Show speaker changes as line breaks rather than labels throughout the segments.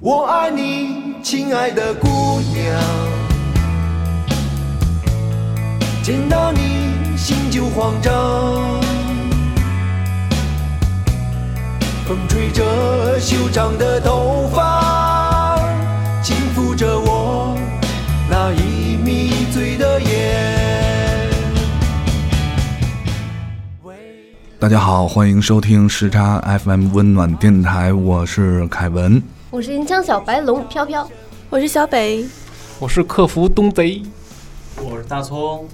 我爱你，亲爱的姑娘。见到你心就慌张，风吹着修长的头发，轻抚着我那已迷醉的眼。
大家好，欢迎收听时差 FM 温暖电台，我是凯文。
我是银枪小白龙飘飘，
我是小北，
我是客服东贼，
我是大葱，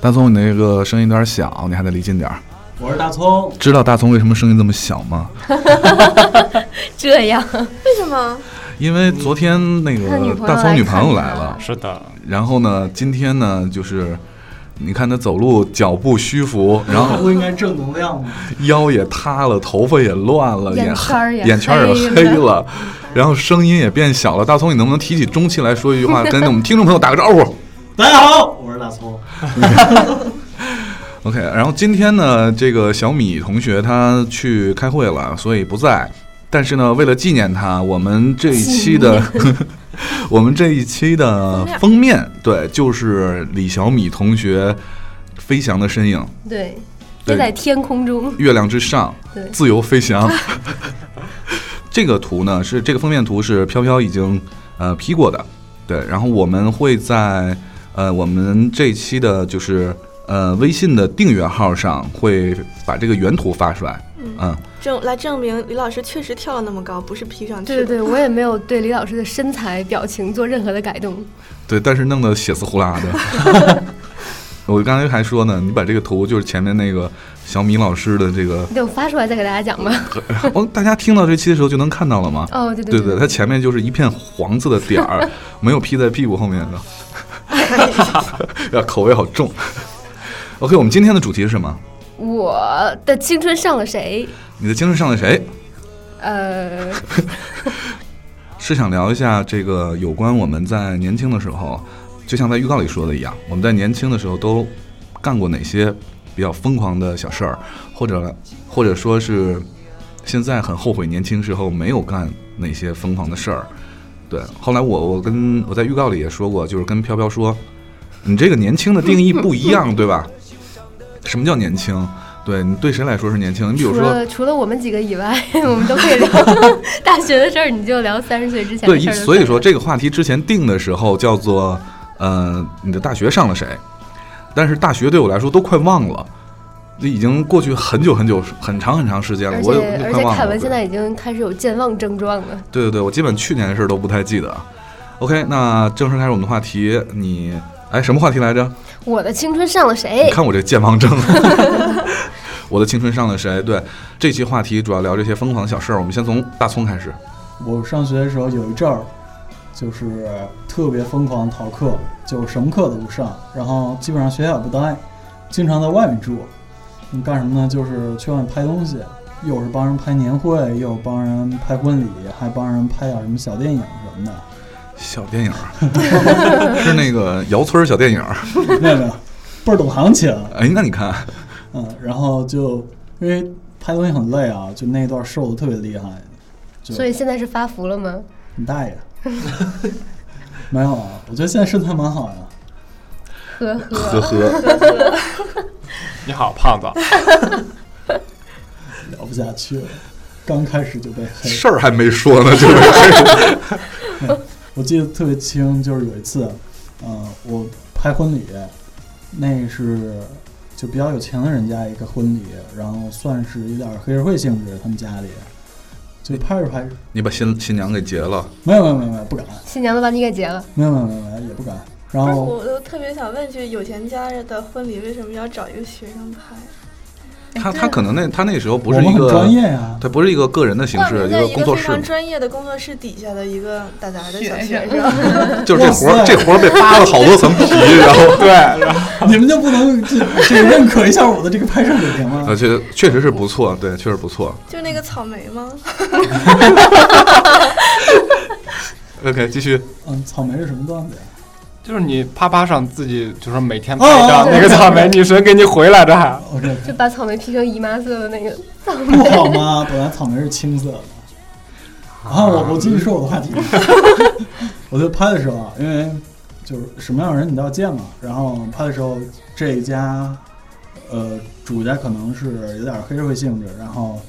大葱，你那个声音有点小，你还得离近点儿。
我是大葱，
知道大葱为什么声音这么小吗？
这样
为什么？
因为昨天那
他女
个
朋友
大葱
来
女朋友
看
来
他
了，
是的，
然后呢，今天呢就是。你看她走路脚步虚浮，然后
不应该正能量吗？
腰也塌了，头发也乱了，
眼圈儿也
眼圈儿也黑
黑了
了，然后声音也变小了。大葱，你能不能提起中气来说一句话，跟我们听众朋友打个招呼？
大家好，我是大葱。
OK，然后今天呢，这个小米同学他去开会了，所以不在。但是呢，为了纪念他，我们这一期的， 我们这一期的封面，对，就是李小米同学飞翔的身影，
对，
对
飞在天空中，
月亮之上
对，
自由飞 翔。这个图呢是这个封面图是飘飘已经呃 P 过的，对，然后我们会在呃我们这期的就是呃微信的订阅号上会把这个原图发出来，嗯，
证来证明李老师确实跳了那么高，不是 P 上去
对
的。
对对，我也没有对李老师的身材、表情做任何的改动，
对，但是弄得血丝呼啦的。 我刚才还说呢，你把这个图就是前面那个小米老师的这 个，
你等我发出来再给大家讲 吧。
哦，大家听到这期的时候就能看到了吗？
哦，对
对
对
对，它前面就是一片黄色的点儿，没有披在屁股后面的， 呀，口味好重。OK，我们今天的主题是什么？
我的青春上了谁？
你的精神上的哎谁？
呃，
是想聊一下这个有关我们在年轻的时候，就像在预告里说的一样，我们在年轻的时候都干过哪些比较疯狂的小事儿，或者或者说是现在很后悔年轻时候没有干哪些疯狂的事儿。对，后来我我跟我在预告里也说过，就是跟飘飘说，你这个年轻的定义不一样，对吧？什么叫年轻？对你对谁来说是年轻？你比如
除
说，
了除了我们几个以外， 我们都可以 聊大学的事儿，你就聊三十岁之前的
对，
事
一
儿就
所以
可
说这个话题之前定的时候叫做，呃，你的大学上了谁？但是大学对我来说都快忘了，已经过去很久很久很长很长时间了，
而
我
且
也
而
快
且
忘
凯
了。
文现
对
在已经开始有健忘症状了，
对对对，我基本去年的事儿都不太记得。OK，那正式开始我们的话题，你哎什么话题来着？
我的青春上了谁
你？看我这健忘症， 我的青春上了谁？对，这期话题主要聊这些疯狂的小事儿，我们先从大葱开始。
我上学的时候有一阵儿，就是特别疯狂逃课，就什么课都不上，然后基本上学校也不待，经常在外面住。嗯，干什么呢？就是去外面拍东西，又是帮人拍年会，又帮人拍婚礼，还帮人拍点什么小电影什么的。
小电影儿 是那个姚村儿小电影儿，
没有没有，倍儿懂行情。
哎，那你看。
嗯，然后就因为拍东西很累啊，就那一段瘦的特别厉害，就
所以现在是发福了吗？
你大爷！没有啊，我觉得现在身材蛮好呀。
呵呵。
呵 呵，
你好，胖子，
聊不下去了，刚开始就被黑。
事儿还没说呢，就是
我记得特别清，就是有一次，呃，我拍婚礼，那是就比较有钱的人家一个婚礼，然后算是有点黑社会性质，他们家里就拍着拍着，
你把新新娘给劫了，
没有没有没有没有，不敢，
新娘都把你给劫了，
没有没有没有没有也不敢。然
不
哦
是，
后
我都特别想问句，有钱家的婚礼为什么要找一个学生拍？哎啊
他他可能那他那时候不
我
是
们
一
很专业
个，
呀、
他不是一个个人的形
挂
式，
名
一
在
个
一
工
个
作
非
室
常，专业的工作室底下的一个打杂的小
学
学生，
就是这活儿
哇塞
这活儿被扒了好多层皮，然后对，然后
你们就不能这这认可一下我的这个拍摄水平吗
而？且啊确实是不错，对，确实不错。
就是那个草莓 吗？
OK，继续，
嗯，草莓是什么段子呀？
就是你啪啪上自己，就是每天
哦
拍一张
对
那个草莓女神给你回来的还，
哦，这
就把草莓劈成姨妈色的那个。
不好吗？本来草莓是青色的，啊，我我继续说我的话题。我就拍的时候啊，因为就是什么样的人你都要见嘛。然后拍的时候，这一家呃主家可能是有点黑社会性质，然后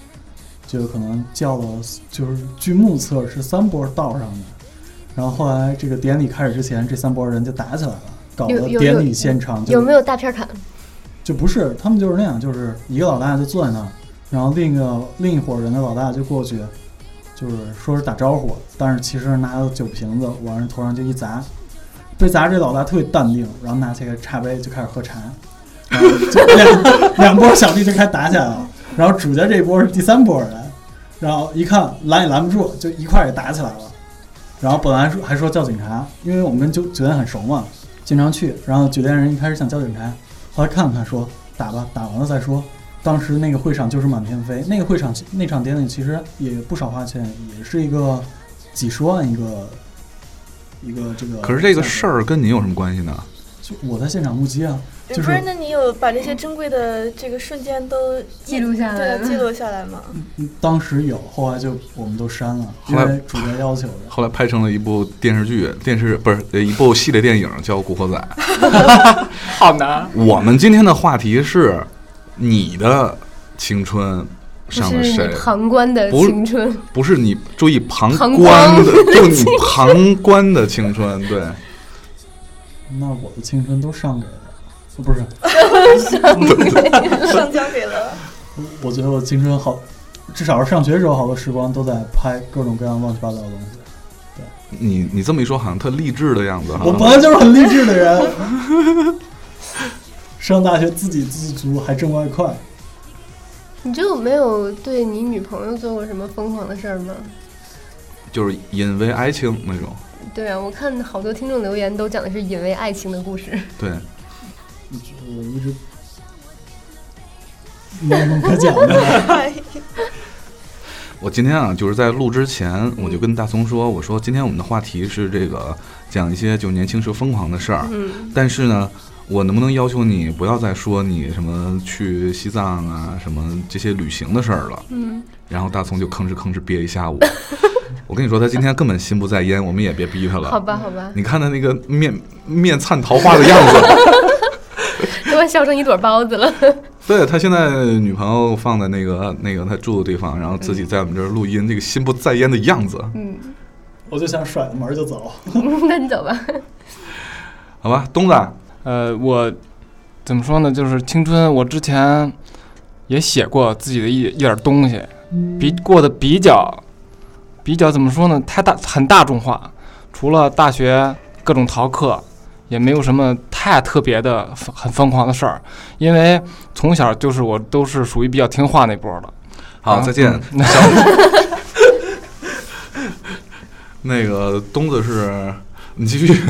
就可能叫了，就是据目测是三波道上的。然后后来这个典礼开始之前，这三拨人就打起来了，搞
有
得
有
典
有
礼现场就
有没有大片砍？
就不是，他们就是那样，就是一个老大就坐在那儿，然后另一个另一伙人的老大就过去，就是说是打招呼，但是其实拿着酒瓶子往人头上就一砸，被砸这老大特别淡定，然后拿起个茶杯就开始喝茶，然后就两两波小弟就开始打起来了，然后主家这一波是第三波人，然后一看拦也拦不住，就一块儿也打起来了，然后本来说还说叫警察，因为我们跟酒酒店很熟嘛，经常去，然后酒店人一开始想叫警察。后来看看说打吧，打完了再说。当时那个会场就是满天飞，那个会场那场典礼其实也不少花钱，也是一个几十万一个一个这个。
可是这个事，儿跟你有什么关系呢？
就我在现场目击啊，
哎
就
不是
是，
那你有把这些珍贵的这个瞬间都
记录下
对
来
啊
了
记录下 来吗？
嗯当时有，后来就我们都删了，因
后来
为主角要求的。
后来拍成了一部电视剧，电视不是呃一部系列电影叫《古惑仔》。
好难。
我们今天的话题是你的青春
不
上
是
了谁
你？旁观的
不
青春，
不是你，注意旁
旁
观的，就你旁观的青春，对，
那我的青春都上给了，哦不是，
上交给了
我我觉得我青春好，至少是上学时候好多时光都在拍各种各样乱七八糟的东西。
你你这么一说，好像特励志的样子哈。
我本来就是很励志的人。 上大学自给自足还挣外快，
你就没有对你女朋友做过什么疯狂的事儿吗？
就是引为爱情那种，
对啊，我看好多听众留言都讲的是引为爱情的故事。
对，
我一直没有什么可 讲的。
我今天啊，就是在录之前，我就跟大松说，我说今天我们的话题是这个讲一些就年轻时候疯狂的事儿，
嗯，
但是呢，我能不能要求你不要再说你什么去西藏啊、什么这些旅行的事儿了？嗯，然后大葱就吭哧吭哧憋一下午。我跟你说，他今天根本心不在焉，我们也别逼他了。
好吧，好吧，
你看他那个面面灿桃花的样子，
都快笑成一朵包子了。
对他现在女朋友放在那个那个他住的地方，然后自己在我们这儿录音，这个心不在焉的样子，
嗯，
我就想甩了门就走。
那你走吧。
好吧，东子，啊
呃，我怎么说呢？就是青春，我之前也写过自己的一一点东西，
嗯
比过得比较比较怎么说呢？太大很大众化，除了大学各种逃课，也没有什么太特别的疯很疯狂的事儿，因为从小就是我都是属于比较听话那波儿的。
好，
啊
再见。
嗯
小那个东子是，你继续。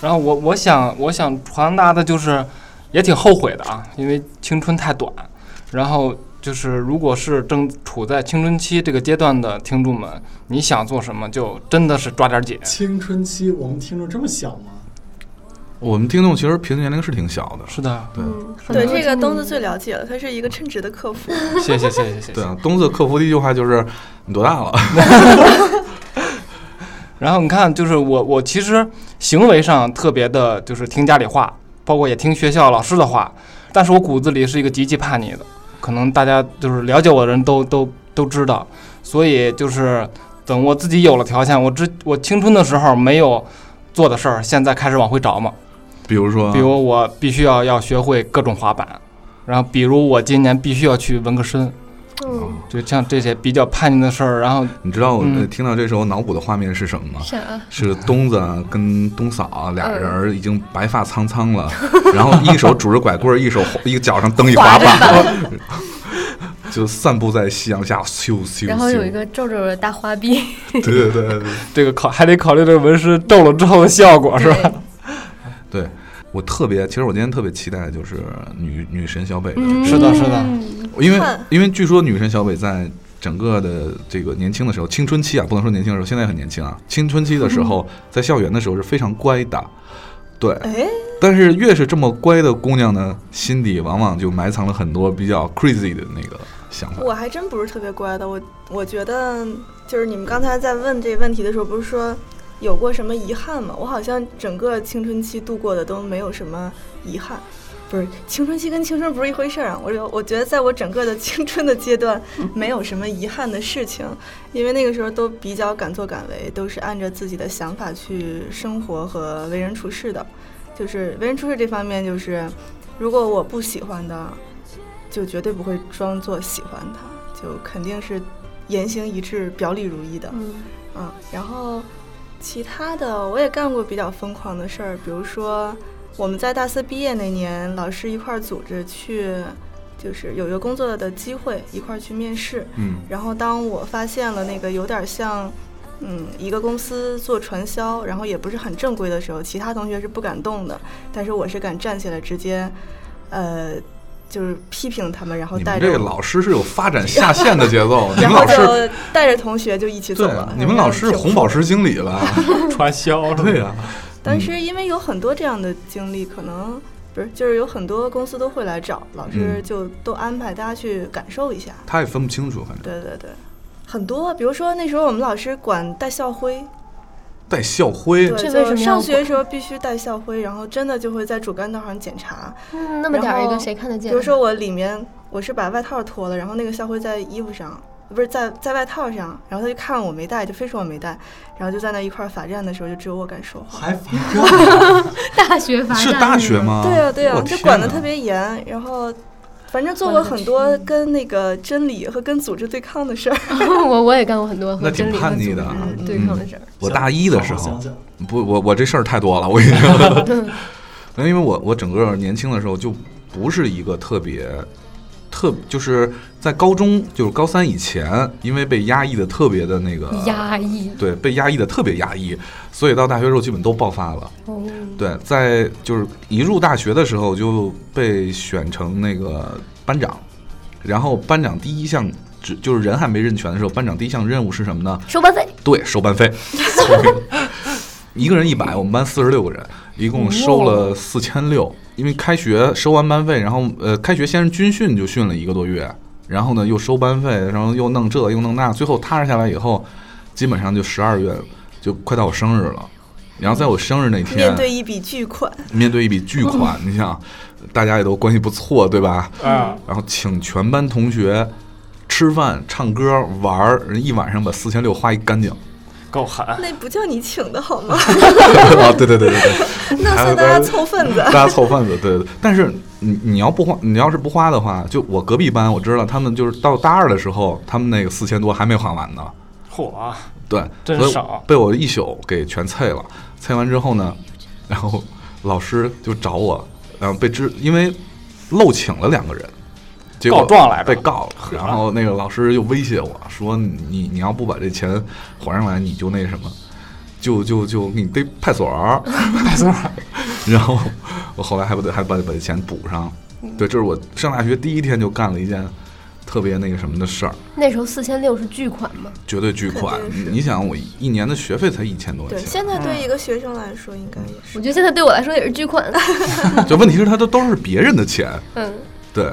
然后我我想我想传达的就是，也挺后悔的啊，因为青春太短。然后就是，如果是正处在青春期这个阶段的听众们，你想做什么就真的是抓点紧。
青春期，我们听众这么小吗？
我们听众其实平均年龄是挺小的，
是的，
对
嗯，很
对
多
这个
听
东
众
子最了解了，他是一个称职的客服。
谢谢谢谢谢谢。
对啊。东子克服第一句话就是你多大了？
然后你看，就是我我其实行为上特别的，就是听家里话，包括也听学校老师的话，但是我骨子里是一个极其叛逆的，可能大家就是了解我的人都都都知道，所以就是等我自己有了条件，我之我青春的时候没有做的事儿，现在开始往回找嘛，
比如说，
比如我必须要要学会各种滑板，然后比如我今年必须要去纹个身，
哦
嗯，
就像这些比较叛逆的事儿，然后
你知道我
嗯
呃听到这时候脑补的画面是什么吗？
啥啊？
是东子跟东嫂俩人儿已经白发苍苍了，
嗯
然后一手拄着拐棍儿，一手 一个脚上蹬一滑板， 就散步在夕阳下，咻咻咻。
然后有一个皱皱的大花臂，
对对对对对。
这个考还得考虑这个纹身皱了之后的效果是吧？
对
对我特别，其实我今天特别期待的就是女女神小北的，
嗯
是的是的
因为
看
因为据说女神小北在整个的这个年轻的时候，青春期啊，不能说年轻的时
嗯
候，现在很年轻啊，青春期的时候，在校园的时候是非常乖的，对，
哎，
但是越是这么乖的姑娘呢，心底往往就埋藏了很多比较 crazy 的那个想法。
我还真不是特别乖的，我我觉得就是你们刚才在问这问题的时候，不是说有过什么遗憾吗？我好像整个青春期度过的都没有什么遗憾，不是青春期跟青春不是一回事儿啊。我有我觉得在我整个的青春的阶段，没有什么遗憾的事情，因为那个时候都比较敢作敢为，都是按着自己的想法去生活和为人处事的。就是为人处事这方面，就是如果我不喜欢的，就绝对不会装作喜欢他，就肯定是言行一致、表里如一的。
嗯，
嗯，然后其他的我也干过比较疯狂的事儿，比如说我们在大四毕业那年，老师一块儿组织去，就是有一个工作的机会，一块儿去面试。
嗯
然后当我发现了那个有点像，嗯，一个公司做传销，然后也不是很正规的时候，其他同学是不敢动的，但是我是敢站起来直接，呃，就是批评他们，然后
你
带
们
着
这个老师是有发展下线的节奏， 你
然
们
后
老师
就带着同学就一 起走
啊
对啊
了。，啊
你们老师是
挺
红宝石经理 了，
嗯
传销
对啊呀、
但是因为有很多这样的经历，可能不是，就是有很多公司都会来找老师，
嗯
就都安排大家去感受一下。
他也分不清楚，反正
对对对，很多，比如说那时候我们老师管带校徽，
带校徽
对，
这为什
就
么要
上学
管
的时候必须带校徽，然后真的就会在主干道上检查。
嗯那么点儿一
然
个
后
谁看得
比
见？
如说我里面我是把外套脱了，然后那个校徽在衣服上。不是在在外套上，然后他就看我没带，就非说我没带，然后就在那一块儿罚站的时候，就只有我敢说话。
还反正
大学罚
是
站
大
日
学吗？
对啊，对啊
我，
就
天
管得
哪
特别严，然后反正做
管
过
得
很
挺
多
严
跟那个真理和跟组织对抗的事儿。
我我也干过很多
那
和
挺
真理和
叛
组
逆
织
的啊
对抗的事儿。
我大一的时
好好
候
想，想
不，我我这事儿太多了，我跟你说。 因为我我整个年轻的时候就不是一个特别特，就是在高中就是高三以前，因为被压抑的特别的那个
压抑
对，被压抑的特别压抑，所以到大学之后基本都爆发了。
哦，
嗯
对，在就是一入大学的时候就被选成那个班长，然后班长第一项只就是人还没认全的时候，班长第一项任务是什么呢？
收班费
对，收班费，聪明一个人一百，我们班四十六个人，一共收
嗯
了四千六。因为开学收完班费，然后呃，开学先是军训就训了一个多月，然后呢又收班费，然后又弄这又弄那，最后踏实下来以后，基本上就十二月就快到我生日了。然后在我生日那天，啊
面对一笔巨款，
面对一笔巨款，你想，大家也都关系不错，对吧？
啊，
然后请全班同学吃饭、唱歌、玩儿，人一晚上把四千六花一干净。
够狠。
那不叫你请的好吗？
啊，对对对对对，
那算大家凑份子
大。家凑份子，对对。对但是你你要不花，你要是不花的话，就我隔壁班我知道他们就是到大二的时候，他们那个四千多还没花完呢。
嚯，
对，
真
所以
少
被我一宿给全啐了。啐完之后呢，然后老师就找我，然后被知因为漏请了两个人，结果
告状来着
被告了。然后那个老师就威胁我说：“你你要不把这钱还上来，你就那什么，就就就给你逮派出所儿。”
派出所
然后我后来还不得还把把钱补上。
嗯
对，这是我上大学第一天就干了一件特别那个什么的事儿，
那时候四千六是巨款吗？
绝对巨款
肯定。是
你想，我一年的学费才一千多块
对，
钱，
现在对一个学生来说应该也是
我。觉得现在对我来说也是巨 款。
就问题是它都都是别人的钱，
嗯，
对。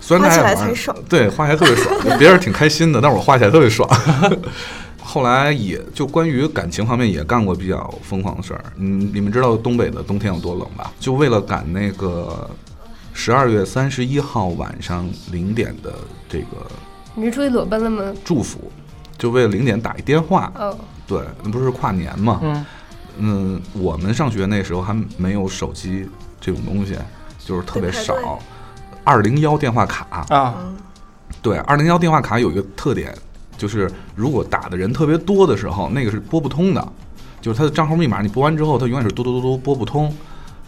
虽然
花
大
起
家
来
也玩
才爽
对，花起来特别爽，别人挺开心的，但是我花起来特别爽。 后来也就关于感情方面也干过比较疯狂的事儿。嗯，你们知道东北的冬天有多冷吧？就为了赶那个十二月三十一号晚上零点的这个
你是出去裸奔了吗？
祝福，就为了零点打一电话。
哦，
对，那不是跨年嘛？
嗯，
嗯，我们上学那时候还没有手机这种东西，就是特别
得排队
少。二零幺电话卡，
啊，
嗯，
对，二零幺电话卡有一个特点，就是如果打的人特别多的时候，那个是拨不通的，就是他的账号密码你拨完之后，他永远是嘟嘟嘟嘟拨不通。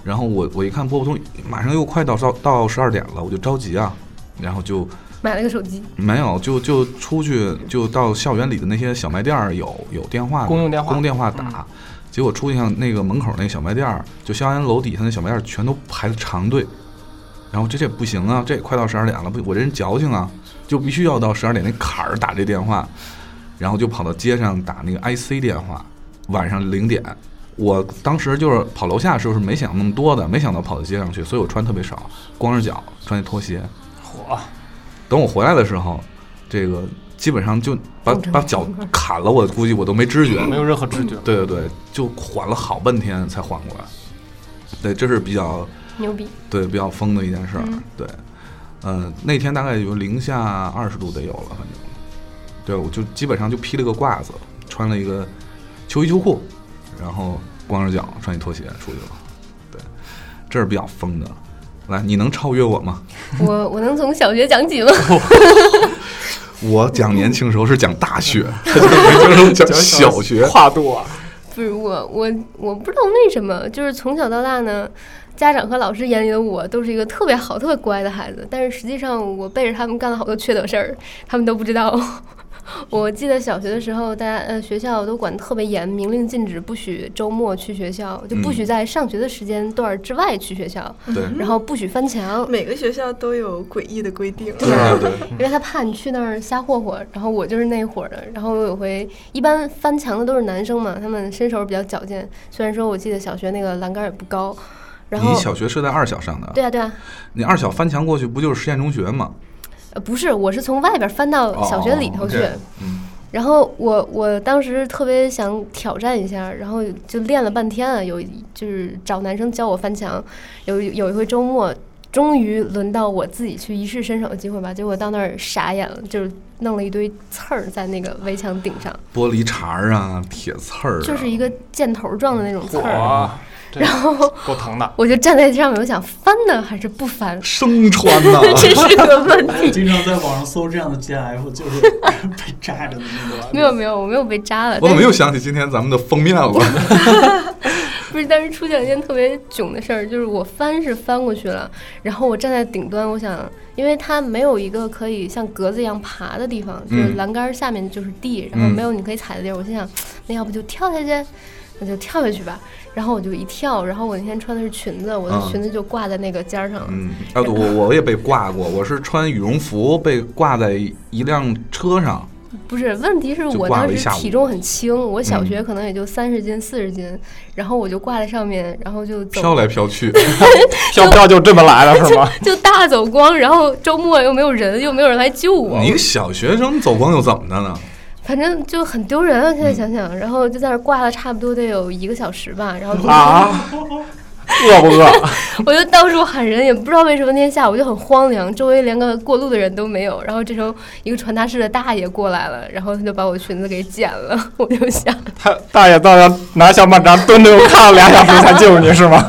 然后我我一看拨不通，马上又快到到到十二点了，我就着急啊，然后就
买了个手机，
没有，就就出去，就到校园里的那些小卖店儿有有电话的，
公用电话嗯
公用电话打。结果出去像那个门口那小卖店儿，就校园楼底下那小卖店儿全都排着长队。然后这这不行啊，这也快到十二点了，不，我这人矫情啊，就必须要到十二点那坎儿打这电话，然后就跑到街上打那个 IC 电话，晚上零点，我当时就是跑楼下的时候是没想那么多的，没想到跑到街上去，所以我穿特别少，光着脚穿一拖鞋。
嚯，
等我回来的时候，这个基本上就把
冻成
把脚砍了，我估计我都没知觉。
没有任何知觉。
对对对，就缓了好半天才缓过来。对，这是比较
牛逼，
对比较疯的一件事儿。
嗯
对，呃，那天大概有零下二十度得有了，反正。对，我就基本上就披了个褂子，穿了一个秋衣秋裤，然后光着脚穿一拖鞋出去了。对，这是比较疯的。来，你能超越我吗？
我我能从小学讲起吗？
我讲年轻时候是讲大学， 年轻时候讲小学。
跨度啊，
不是我我我不知道为什么，就是从小到大呢，家长和老师眼里的我都是一个特别好、特别乖的孩子，但是实际上我背着他们干了好多缺德事儿，他们都不知道。 我记得小学的时候，大家呃学校都管得特别严，明令禁止不许周末去学校，就不许在上学的时间段儿之外去学校，
对，
然后不许翻墙。
每个学校都有诡异的规定。
对啊对 对，
因为他怕你去那儿瞎霍霍，然后我就是那伙儿的。然后我有回，一般翻墙的都是男生嘛，他们身手比较矫健。虽然说我记得小学那个栏杆也不高，然后
你小学是在二小上的，
对啊对啊，
你二小翻墙过去不就是实验中学吗？
呃不是，我是从外边翻到小学里头去。
哦，OK 嗯，
然后我我当时特别想挑战一下，然后就练了半天啊，有就是找男生教我翻墙，有有一回周末，终于轮到我自己去一试身手的机会吧，结果到那儿傻眼了，就是弄了一堆刺儿在那个围墙顶上，
玻璃碴儿啊，铁刺儿、啊，，
就是一个箭头状的那种刺儿，
嚯，这个够疼的。
我就站在上面，我想翻呢还是不翻
生穿呐、
这是个问题。
我经常在网上搜这样的 GIF，就是被炸着的那 个。
没有没有，我没有被扎了，
我
但
怎么
是
又想起今天咱们的封面了？
不是，但是出现了一件特别囧的事儿，就是我翻是翻过去了，然后我站在顶端，我想，因为它没有一个可以像格子一样爬的地方，就是
嗯
栏杆儿下面就是地，然后没有你可以踩的地儿。我心想，那要不就跳下去，那就跳下去吧。然后我就一跳，然后我那天穿的是裙子，我的
啊
裙子就挂在那个尖儿上了。
嗯，啊，我我也被挂过，我是穿羽绒服被挂在一辆车上，
不是，问题是
就
我
挂了
当
一
时
下午
体重很轻，我小
嗯
学可能也就三十斤、四十斤，然后我就挂在上面，然后就走
飘来飘去，
飘飘就这么来了是吗？
就大走光，然后周末又没有人，又没有人来救 我，
你一个小学生走光又怎么的呢？
反正就很丢人啊！现在想
嗯
想，然后就在那儿挂了差不多得有一个小时吧， 然后就
啊，饿不饿？
我就到处喊人，也不知道为什么那天下午就很荒凉，周围连个过路的人都没有。然后这时候一个传达室的大爷过来了，然后他就把我裙子给剪了， 我就想，
他大爷大爷拿小板杖蹲着又看了俩小时才救你是吗？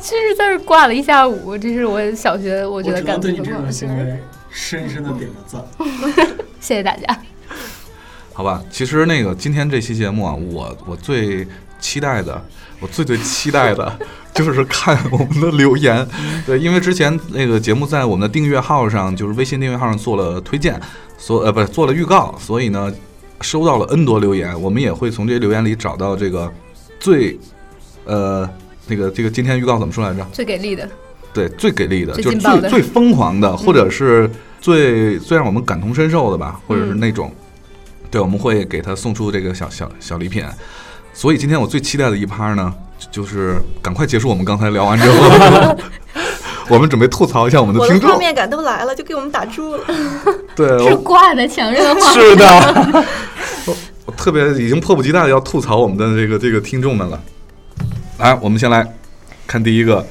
就是在这儿挂了一下午，这是我小学我
我
觉得
只
干
能
的
对
最
你这
疯狂
种
的事
行
儿。
为深深的点个 赞。
谢谢大家，
好吧，其实那个今天这期节目啊，我我最期待的，我最最期待的就是看我们的留言。对，因为之前那个节目在我们的订阅号上，就是微信订阅号上做了推荐，所呃不是做了预告，所以呢收到了 N 多留言，我们也会从这些留言里找到这个最呃那个这个今天预告怎么说来着？
最给力 的，
对，最给力的，
最
就是
劲爆
最
的
最疯狂的，或者是最最让我们感同身受的吧，或者是那种，对，我们会给他送出这个小小小礼品。所以今天我最期待的一趴呢，就就是赶快结束我们刚才聊完之后，我们准备吐槽一下我们的
我
听
的
众
画。面感都来了，就给我们打住了。
对，
是
我
挂在墙上的话，
是的，
我特别已经迫不及待的要吐槽我们的这个这个听众们了。来，我们先来看第一个，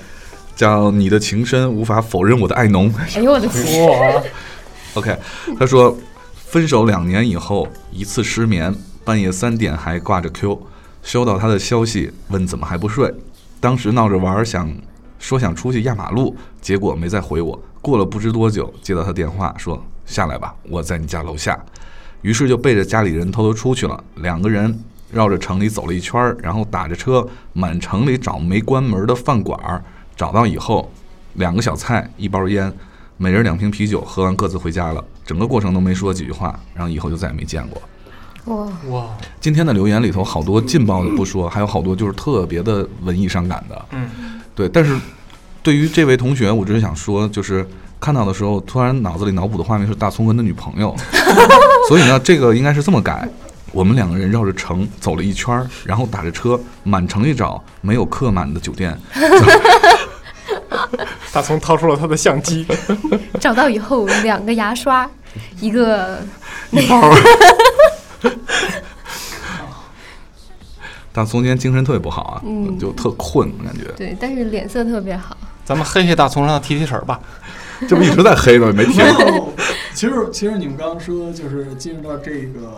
叫你的情深无法否认我的爱浓。
哎呦我的天，
哇，
OK，他说分手两年以后一次失眠，半夜三点还挂着 Q，收到他的消息问怎么还不睡，当时闹着玩儿想说想出去压马路，结果没再回我。过了不知多久，接到他电话说下来吧，我在你家楼下。于是就背着家里人偷偷出去了，两个人绕着城里走了一圈儿，然后打着车满城里找没关门的饭馆儿，找到以后两个小菜，一包烟，每人两瓶啤酒，喝完各自回家了。整个过程都没说几句话，然后以后就再也没见过。
哇，
哇，
今天的留言里头，好多劲爆的不说，还有好多就是特别的文艺伤感的。
嗯，
对。但是对于这位同学，我只是想说，就是看到的时候，突然脑子里脑补的画面是大葱跟他女朋友，所以呢，这个应该是这么改：我们两个人绕着城走了一圈儿，然后打着车满城一找没有客满的酒店，
大葱掏出了他的相机，
找到以后，两个牙刷，一个
一 包儿
大松今天精神特别不好啊，
嗯
就特困感觉。
对，但是脸色特别好。
咱们黑黑大葱让他提提神儿吧。
这不一直在黑呢，没停。
其实其实你们刚刚说就是进入到这个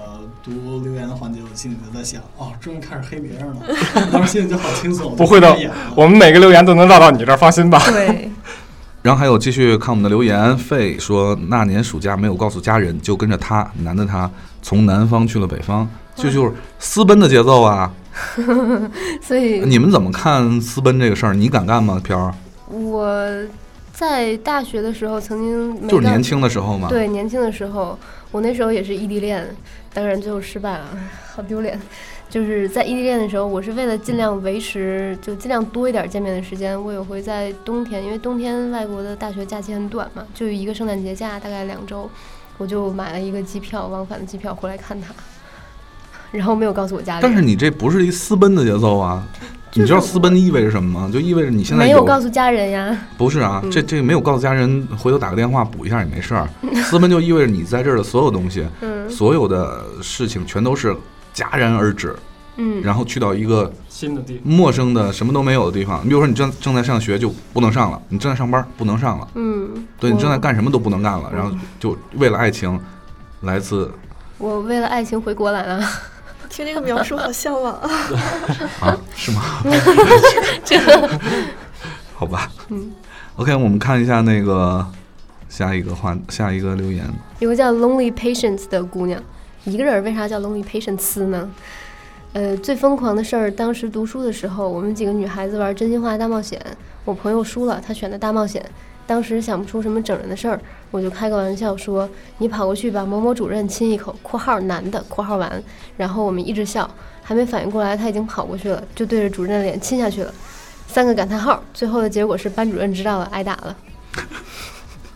读留言的环节，我心里就在想，哦，终于开始黑别人了，当时心里就好轻松。
不会的
就闭眼了，
我们每个留言都能绕到你这儿，放心吧。
对，
然后还有继续看我们的留言，费说那年暑假没有告诉家人，就跟着他男的他从南方去了北方，这就是私奔的节奏啊！
所以
你们怎么看私奔这个事儿？你敢干吗，飘儿？
我在大学的时候曾经每
就是
到
年轻的时候嘛。
对年轻的时候，我那时候也是异地恋，当然最后失败了，好丢脸。 就是在异地恋的时候，我是为了尽量维持，就尽量多一点见面的时间。我也会在冬天，因为冬天外国的大学假期很短嘛，就一个圣诞节假，大概两周，我就买了一个机票，往返的机票回来看他，然后没有告诉我家里人。
但是你这不是一私奔的节奏啊！
就是
你知道私奔意味着什么吗？就意味着你现在
没有告诉嗯家人呀，
不是啊，这这没有告诉家人，回头打个电话补一下也没事儿。私奔就意味着你在这儿的所有东西，
嗯
所有的事情全都是戛然而止，
嗯，
然后去到一个
新的地，
陌生的、什么都没有的地方。你比如说，你正正在上学就不能上了，你正在上班不能上了，
嗯，
对
我
你正在干什么都不能干了，然后就为了爱情来一次
我为了爱情回国来了，
听这个描述好向往啊！
啊，是吗？好吧，OK，我们
嗯
看一下那个下一个话，下一个留言。
有个叫 Lonely Patience 的姑娘，一个人儿为啥叫 Lonely Patience 呢？呃，最疯狂的事儿，当时读书的时候，我们几个女孩子玩真心话大冒险，我朋友输了，他选的大冒险。当时想不出什么整人的事儿，我就开个玩笑说：“你跑过去把某某主任亲一口（括号男的，括号完）。”然后我们一直笑，还没反应过来他已经跑过去了，就对着主任的脸亲下去了。三个感叹号，最后的结果是班主任知道了，挨打了。
但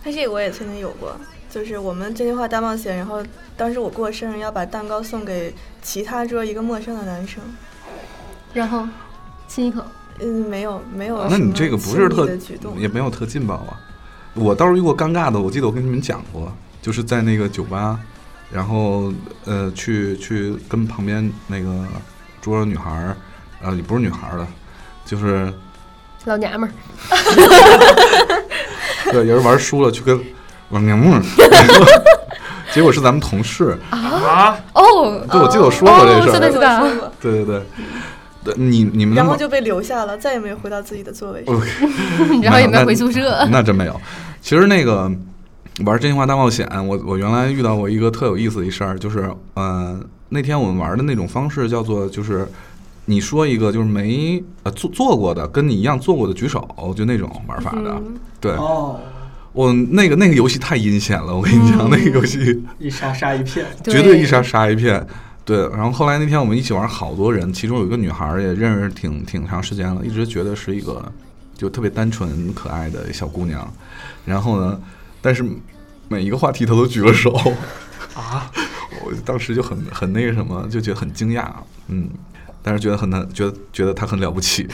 哎这个我也曾经有过，就是我们真心话大冒险，然后当时我过生日要把蛋糕送给其他桌一个陌生的男生，
然后亲一口，
嗯，没有没有什么
啊那你这个不是
亲密
特
的举动，
也没有特劲爆啊。我倒是遇过尴尬的，我记得我跟你们讲过，就是在那个酒吧，然后呃去去跟旁边那个桌上女孩儿，呃也不是女孩儿了，就是
老娘们儿。
对也是玩输了去跟我娘们儿， 结果是咱们同事，
啊
哦，
对我记得我说过这事
哦真的
儿，嗯
是
我说过
对对对对，你你们那
然后
么
就被留下了，再也没有回到自己的座位上。
我
然后也没
那
有回宿舍。
那真没有。其实那个玩真心话大冒险，我我原来遇到过一个特有意思的一事儿，就是呃那天我们玩的那种方式叫做就是你说一个就是没呃做做过的跟你一样做过的举手，就那种玩法的。
嗯
对
哦，
我那个那个游戏太阴险了，我跟你
嗯
讲，那个游戏
一杀杀一片，
绝对一杀杀一片。对，然后后来那天我们一起玩好多人，其中有一个女孩儿也认识挺挺长时间了，一直觉得是一个就特别单纯可爱的小姑娘。然后呢，但是每一个话题她都举了手
啊，
我当时就很很那个什么，就觉得很惊讶，嗯，但是觉得很难，觉得觉得她很了不起。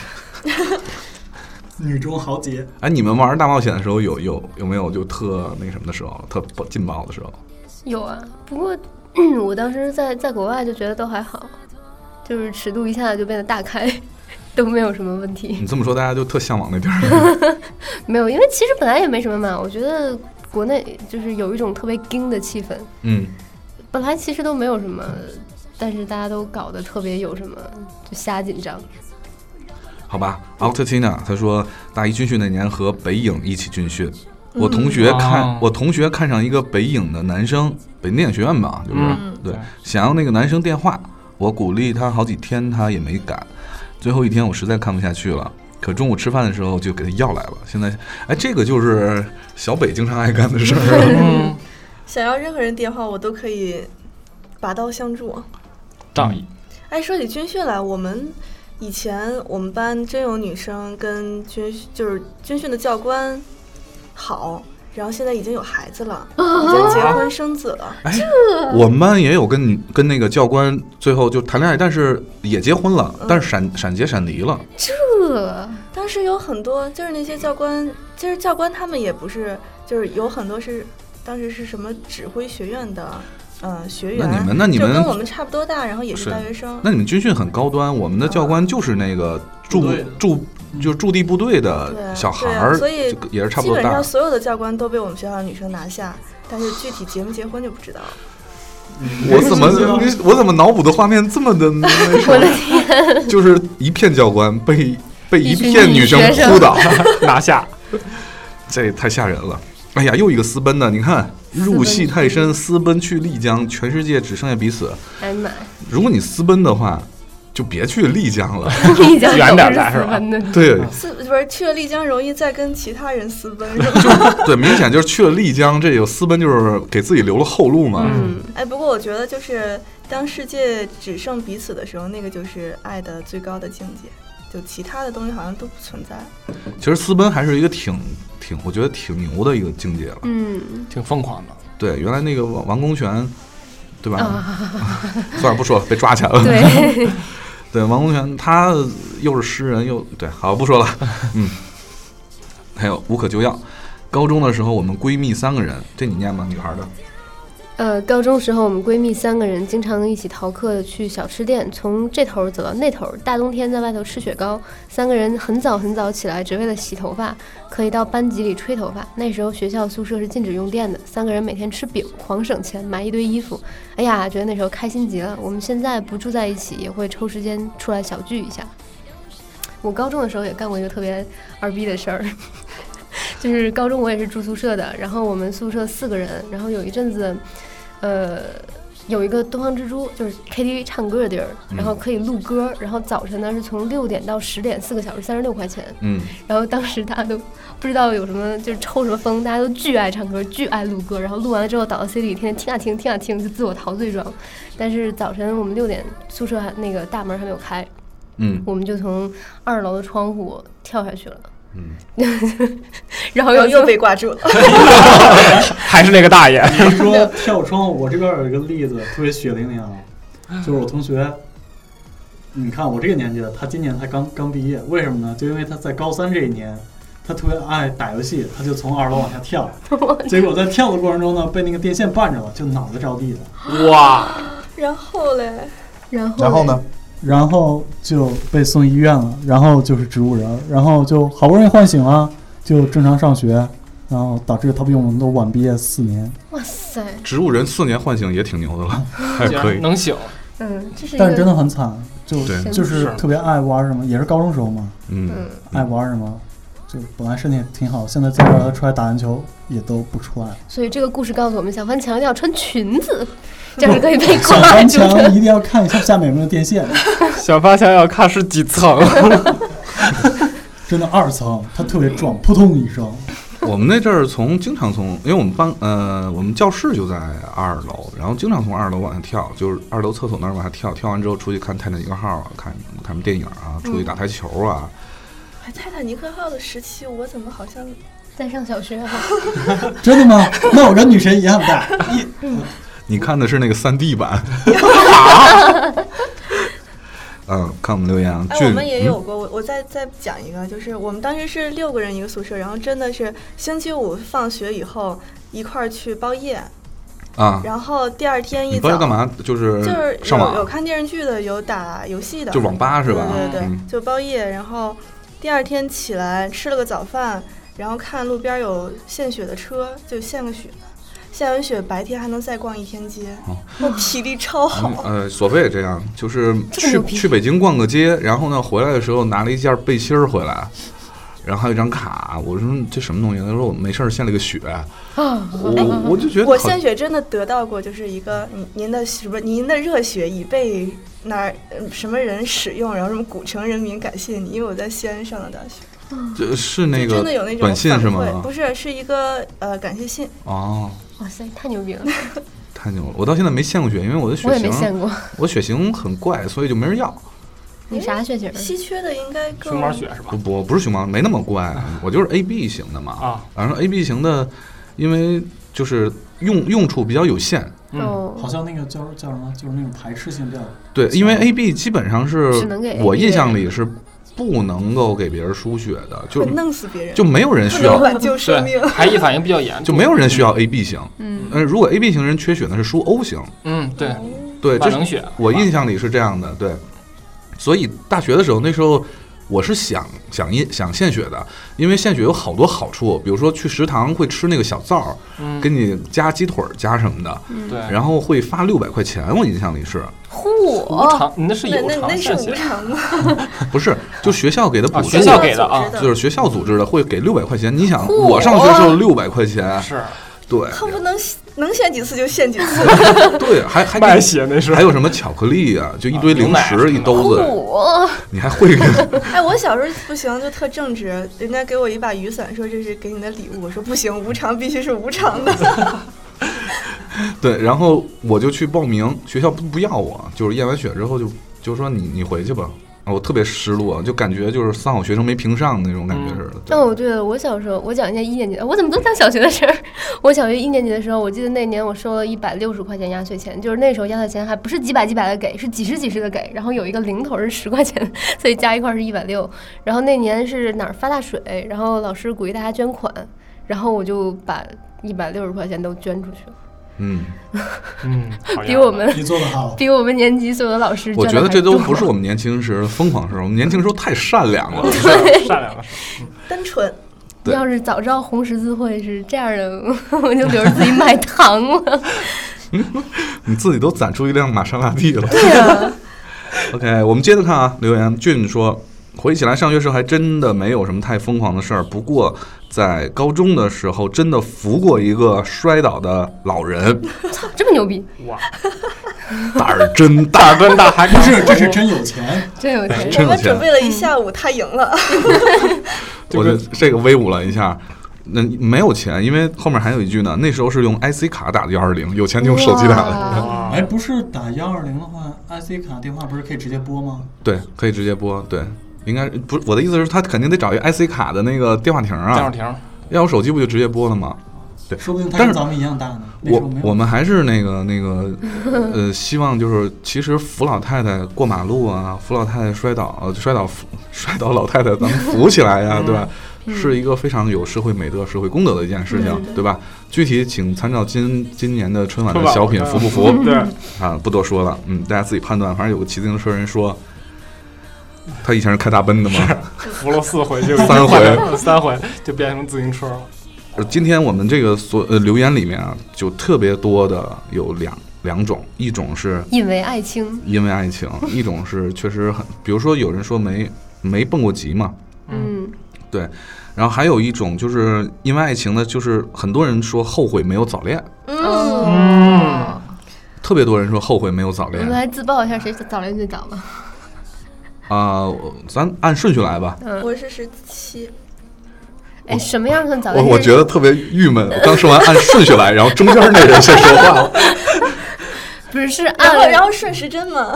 女中豪杰。
哎，你们玩大冒险的时候有有有没有就特那个什么的时候，特爆劲爆的时候？
有啊，不过 我当时在在国外就觉得都还好，就是尺度一下就变得大开，都没有什么问题。
你这么说，大家就特向往那地儿。
没有，因为其实本来也没什么嘛。我觉得国内就是有一种特别惊的气氛，
嗯，
本来其实都没有什么，但是大家都搞得特别有什么，就瞎紧张。
好吧，Altina，他啊说大一军训那年和北影一起军训，我同学看、
哦
我同学看上一个北影的男生，北电影学院吧，就是、
嗯
对
对，
想要那个男生电话，我鼓励他好几天，他也没敢，最后一天我实在看不下去了。可中午吃饭的时候就给他要来了，现在，哎，这个就是小北经常爱干的事儿啊
嗯，
想要任何人电话，我都可以拔刀相助。
仗义，
哎，说起军训来，我们以前我们班真有女生跟军就是军训的教官好，然后现在已经有孩子了，已经
啊
结婚生子了，
哎我们班也有跟女跟那个教官最后就谈恋爱，但是也结婚了，
嗯
但是闪闪结闪离了。
这
当时有很多就是那些教官，其实教官他们也不是，就是有很多是当时是什么指挥学院的，呃，学
那
员，
你们那你
就跟我
们
们差不多大，然后也
是
是大学生。
那你们军训很高端，我们的教官就是那个驻
部队的
驻就驻地部队的
对
小孩
对
儿，
啊所以
这个也是差不
基
多
本
大
上。所有的教官都被我们学校的女生拿下，但是具体结没结婚就不知道了。
我怎 么你我怎么脑补的画面这么的那什么就是一片教官被被一
一群
片
女
女生
学生
扑倒，
拿下。
这也太吓人了。哎呀，又一个私奔的，你看入戏太深，私奔去丽江，全世界只剩下彼此。
哎呀妈呀，
如果你私奔的话，就别去丽江了。
丽江
远点儿啊
总
来是吧
私奔的
对
私不是去了丽江，容易再跟其他人私奔，是吧？
对，明显就是去了丽江，这有私奔就是给自己留了后路嘛。
嗯，
哎，不过我觉得就是当世界只剩彼此的时候，那个就是爱的最高的境界，就其他的东西好像都不存在。
其实私奔还是一个挺挺，我觉得挺牛的一个境界了。
嗯，
挺疯狂的。
对，原来那个王王功权，对吧？ 算了，不说了，被抓起来了。
嗯
对，
对，王功权他又是诗人，又对，好不说了，嗯。还有无可救药。高中的时候，我们闺蜜三个人，这你念吗？女孩的，
呃，高中时候我们闺蜜三个人经常一起逃课去小吃店，从这头儿走到那头儿，大冬天在外头吃雪糕，三个人很早很早起来，只为了洗头发，可以到班级里吹头发。那时候学校宿舍是禁止用电的，三个人每天吃饼，狂省钱买一堆衣服。哎呀，觉得那时候开心极了。我们现在不住在一起，也会抽时间出来小聚一下。我高中的时候也干过一个特别二逼的事儿， 就是高中我也是住宿舍的，然后我们宿舍四个人，然后有一阵子，呃，有一个东方之珠，就是 KTV 唱歌的地儿，然后可以录歌，然后早晨呢是从六点到十点，四个小时三十六块钱，
嗯，
然后当时大家都不知道有什么，就是抽什么风，大家都巨爱唱歌，巨爱录歌，然后录完了之后倒到 C 里，天天听啊听，听啊听，就自我陶醉状。但是早晨我们六点宿舍还那个大门还没有开，
嗯，
我们就从二楼的窗户跳下去了。
嗯，
然后
然
哎又
后又被挂住了。
还是那个大爷，
你一说跳窗户，我这边有一个例子特别血淋淋啊，就是我同学，你看我这个年纪的，他今年才刚刚毕业，为什么呢？就因为他在高三这一年，他特别爱打游戏，他就从二楼往下跳，结果在跳的过程中呢，被那个电线绊着了，就脑袋着地了，
哇，
然后嘞，
然后
然后呢？
然后就被送医院了，然后就是植物人，然后就好不容易唤醒了，就正常上学，然后导致他比我们都晚毕业四年，
哇塞，
植物人四年唤醒也挺牛的了，还可以。
能醒，
嗯，这是一
但是真
个
的很惨，就
对
就是特别爱玩什么，也是高中时候嘛。
嗯
嗯，
爱玩什么，就本来身体挺好，现在再让他出来打篮球也都不出 来了。
所以这个故事告诉我们，小翻墙一定要穿裙子，这样是可以被
小
挂
翻
住
墙
的。
一定要看一下下面有没有电线，
小发想要看是几层，
真的二层，他特别壮，扑通一声，
我们那阵儿从经常从，因为我们班呃，我们教室就在二楼，然后经常从二楼往下跳，就是二楼厕所那儿往下跳，跳完之后出去看《泰坦尼克号》啊，看看什么电影啊，出去打台球啊，
哎，泰坦尼克号的时期，我怎么好像
在上小学哈、啊
真的吗？那我跟女神一样 大，
你看的是那个三 D 版。 啊嗯，看我们留言啊，
哎，
俊
我们也
嗯
有过，我我再再讲一个，就是我们当时是六个人一个宿舍，然后真的是星期五放学以后一块儿去包夜，
啊，
然后第二天
你
一
不知
早
道干嘛，就是
就是有
嗯上
有
网，
看电视剧的，有打游戏的，
就网吧是吧？
对对对，
嗯
就包夜，然后第二天起来吃了个早饭，然后看路边有献血的车，就献个血。献完血，白天还能再逛一天街
哦，
那体力超好
嗯。呃，索菲也这样，就是
这么
去
牛逼
去北京逛个街，然后呢回来的时候拿了一件背心儿回来，然后还有一张卡。我说这什么东西？他说我没事儿献了个血。
啊
我我就觉得
哦我
嗯好
献血真的得到过，就是一个您您的什么您的热血已被哪儿呃什么人使用，然后什么古城人民感谢你，因为我在西安上的大学，
这是那
就
个
真的有那种
短信
反
是
馈
吗
不？是，是一个呃感谢信。
哦，
哇塞，太牛逼了！
太牛了！我到现在没献过血，因为我的血
我也没
型
见过，
我血型很怪，所以就没人要。
你啥血型？
稀缺的应该更
熊猫血是吧
嗯
不？不，我不是熊猫，没那么怪，我就是 A B 型的嘛。
啊，
反正 A B 型的因为就是用用处比较有限。
嗯，
哦
好像那个叫叫什么，就是那种排斥性 比较
对，因为 A B 基本上是
只能给 AB
我印象里是不能够给别人输血的，就
会弄死别人，
就没有人
不
需
能
要，
挽救生命
对，。排异反应比较严重，
就没有人啊需要 A B 型。
嗯，
呃，如果 A B 型人缺血呢，是输 O 型。
嗯，对，
对，这
万
是
能血，
我印象里是这样的，对。所以大学的时候，那时候我是想想一想献血的，因为献血有好多好处，比如说去食堂会吃那个小灶，
嗯，
给你加鸡腿儿加什么的，
对，
然后会发六百块钱，我印象里是
无
嚯，
偿，你那是
那
有
那
偿
那是
献
无
血
偿的，
不是就学校给的补
啊，
助？
学校给的啊
组织，的
就是学校组织的，会给六百块钱。你想，
嚯
我上学时候六百块钱，
哦是
对
恨不能能献几次就献 几次。
对，还还给
卖血那是
还有什么巧克力啊，就一堆
啊牛
零
奶
食一兜子，
嚯，
你还会给
哎，我小时候不行，就特正直，人家给我一把雨伞，说这是给你的礼物，我说不行，无偿必须是无偿的。
对，然后我就去报名，学校不不要我，就是验完血之后就就说你你回去吧。啊我特别失落，就感觉就是三好学生没评上那种感
嗯
觉似的。对
哦，我对了，我小时候，我讲一下一年级的，我怎么都讲小学的事儿。我小学一年级的时候，我记得那年我收了一百六十块钱压岁钱，就是那时候压岁钱还不是几百几百的给，是几十几十的给，然后有一个零头是十块钱，所以加一块是一百六。然后那年是哪儿发大水，然后老师鼓励大家捐款，然后我就把一百六十块钱都捐出去了，
嗯，
嗯，好
比
样
我
的
们，
你做的好
比我们年级所有的老师捐
哎我
的
觉得
还
这都
多
不是我们年轻时的疯狂时候，我们年轻时候太善良了。
是善良的事，
单纯，
对
要是早知道红十字会是这样的， 我就留着自己买糖了。
你自己都攒出一辆玛莎拉蒂了。
对
啊
呀，
OK，我们接着看啊，留言俊说，回忆起来上学时候还真的没有什么太疯狂的事儿，不过在高中的时候真的扶过一个摔倒的老人，
这么牛逼，
哇，
胆儿真大。
胆儿真大，还
不是，这
这
是真有钱，
真有钱。
真有
我们
钱
准备
嗯
了一下午，他赢了。
我就 这个威武了一下。那没有钱，因为后面还有一句呢。那时候是用 IC 卡打的幺二零，有钱就用手机打的。
哇
哇
哎，，不是打幺二零的话，IC 卡电话不是可以直接拨吗？
对，可以直接拨。对，应该不是我的意思是，他肯定得找一个 IC 卡的那个电话亭
江少
啊。
婷，
要有手机不就直接拨了吗？
说不定他
但
跟
是
咱们一样大呢。那时候
我
没有
我们还是那个那个呃，希望就是其实扶老太太过马路啊，扶老太太摔倒呃摔倒扶 摔倒老太太，咱们扶起来呀、对吧？是一个非常有社会美德、社会公德的一件事情，嗯对吧？具体请参照今今年的春晚的小品
春
扶
晚
不 扶？
对，
啊，不多说了，嗯，大家自己判断。反正有个骑自行车人说，他以前是开大奔的嘛。
扶了四回就
三回，
三回就变成自行车了，
呃今天我们这个所呃留言里面啊，就特别多的有两两种，一种是
因为爱情，
因为爱情，一种是确实很，比如说有人说没没蹦过极嘛，
嗯，
然后还有一种就是因为爱情呢，就是很多人说后悔没有早恋，
嗯，
嗯，
特别多人说后悔没有早
哦我们
恋啊、
来自曝一下谁早恋最早吧。
我啊咱按顺序来吧。
嗯
我是十七，
哎，什么样算早
我
恋？
我觉得特别郁闷，我刚说 完按顺序来，然后中间那人先说话了。
不是是
然后
按
然后顺时针嘛，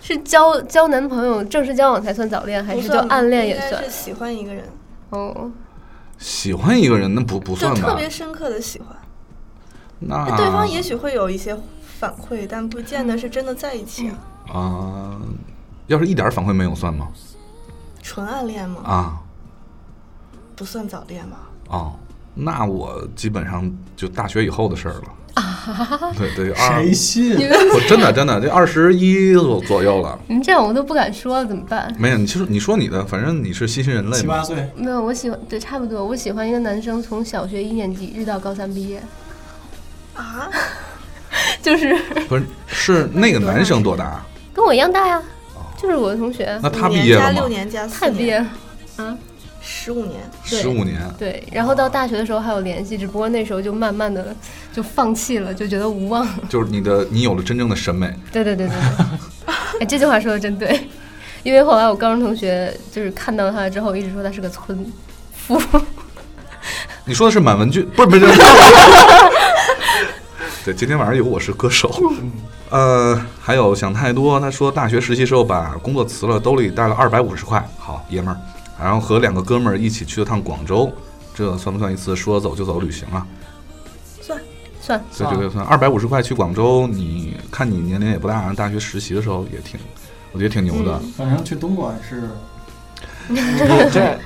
是交交男朋友正式交往才算早恋，还
不
是就
算吧
暗恋也
应该
算
是？喜欢一个人，
哦，
喜欢一个人那不不
就
算
特
吧啊
别？深刻的喜欢。哎
那
对方也许会有一些反馈，但不见得是真的在一起
嗯
啊。
啊、要是一点反馈没有算吗？
纯暗恋吗？
啊
不算早恋吧？
哦，那我基本上就大学以后的事儿了。 对对，啊二
谁信？
我真的真的，这二十一左左右了。
你嗯这样我都不敢说了，怎么办？
没有，你其实你说你的，反正你是新兴人类
七八
嘛。
岁，
没有，我喜欢对，差不多。我喜欢一个男生，从小学一年级一直到高三毕业，
啊，
就是
不是，是那个男生多大？啊
跟我一样大呀，就是我的同学。
哦那他
五
毕
年
业
加
了
六
吗？
年加四
太憋
年，
了，
十五年。
对
十五年。
对。然后到大学的时候还有联系，只不过那时候就慢慢的就放弃了，就觉得无望。
就是你的，你有了真正的审美，
对对对对对，哎，这句话说的真对，因为后来我高中同学就是看到他之后，一直说他是个村夫，
你说的是满文军，不是不是。不是 对，今天晚上有《我是歌手》，呃，还有想太多。他说大学实习时候把工作辞了，兜里带了二百五十块，好爷们儿。然后和两个哥们儿一起去了趟广州，这算不算一次说走就走旅行啊？
算
所以这个算二百五十块去广州，你看你年龄也不大，然后大学实习的时候也挺，我觉得挺牛的。
反正去东莞是
这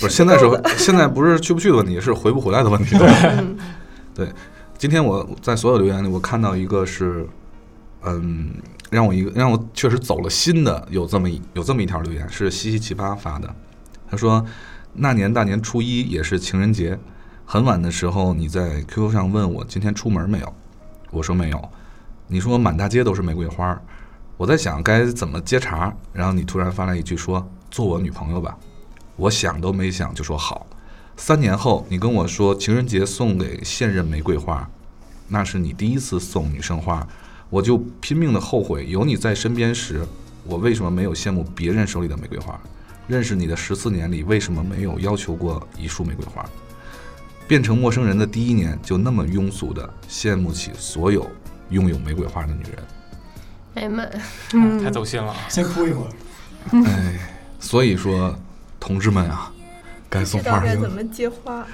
不是现在是现在不是去不去的问题，是回不回来的问题。
嗯
对，今天我在所有留言里，我看到一个是，嗯，让我一个让我确实走了心的，有这么一有这么一条留言是西西奇葩发的，他说那年大年初一也是情人节，很晚的时候你在 QQ 上问我今天出门没有，我说没有，你说满大街都是玫瑰花，我在想该怎么接茬，然后你突然发来一句说做我女朋友吧，我想都没想就说好。三年后，你跟我说情人节送给现任玫瑰花，那是你第一次送女生花，我就拼命的后悔，有你在身边时，我为什么没有羡慕别人手里的玫瑰花？认识你的十四年里，为什么没有要求过一束玫瑰花？变成陌生人的第一年，就那么庸俗的羡慕起所有拥有玫瑰花的女人。
哎呀妈，嗯
太，走心了。
先哭一会儿。
哎，所以说，同志们啊，该
不
送
知道
花
该
了
怎。么接花。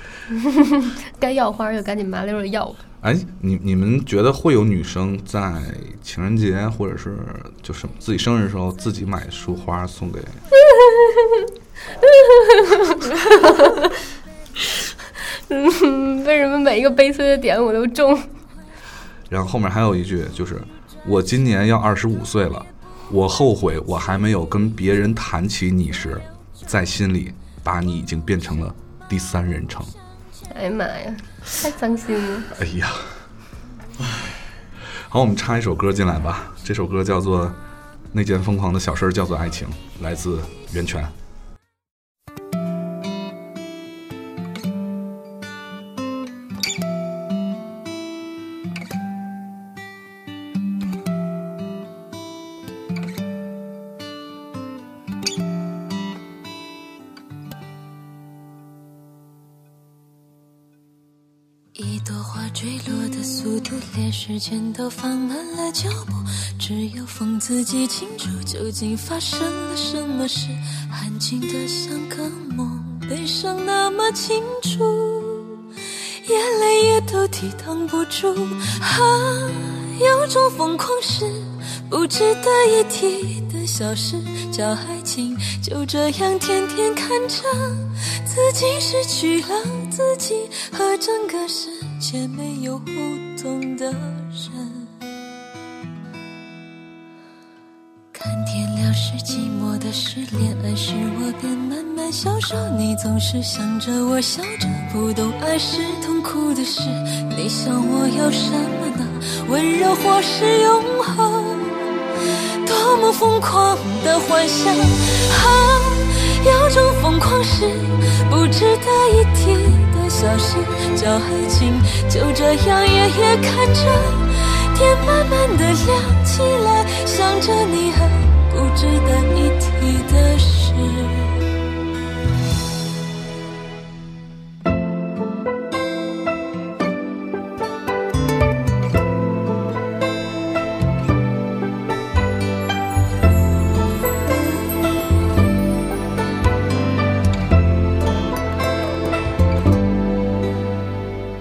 该要花就赶紧麻溜儿要吧。
哎，你你们觉得会有女生在情人节或者是就是自己生日的时候自己买束花送给？
嗯，为什么每一个悲催的点我都中？
然后后面还有一句就是，我今年要二十五岁了，我后悔我还没有跟别人谈起你时，在心里把你已经变成了第三人称。
哎呀妈呀，太伤心了。
哎呀，好，我们插一首歌进来吧，这首歌叫做《那件疯狂的小事儿叫做爱情》，来自袁泉。
一朵花坠落的速度，连时间都放慢了脚步。只有风自己清楚，究竟发生了什么事。安静的像个梦，悲伤那么清楚，眼泪也都抵挡不住。啊，有种疯狂是不值得一提的小事，叫爱情。就这样天天看着自己失去了自己和整个世界没有互动的人。看天亮是寂寞的事，恋爱时我便慢慢消瘦。你总是想着我笑着，不懂爱是痛苦的事。你想我要什么呢？温柔或是永恒？多么疯狂的幻想啊！有种疯狂是不值得一提的小事，叫爱情。就这样夜夜看着天慢慢的亮起来，想着你和不值得一提的事。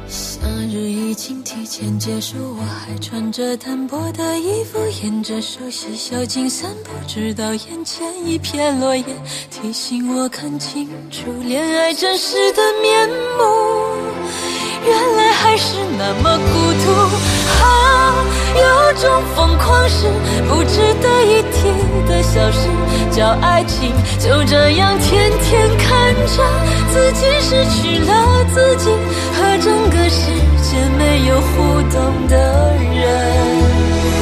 夏日已经提前结束，我还穿着单薄的衣服，沿着熟悉小径散步，直到眼前一片落叶，提醒我看清楚恋爱真实的面目。原来还是那么孤独啊！有种疯狂是不值得一提的小事，叫爱情。就这样天天看着自己失去了自己，和整个世界没有互动的人。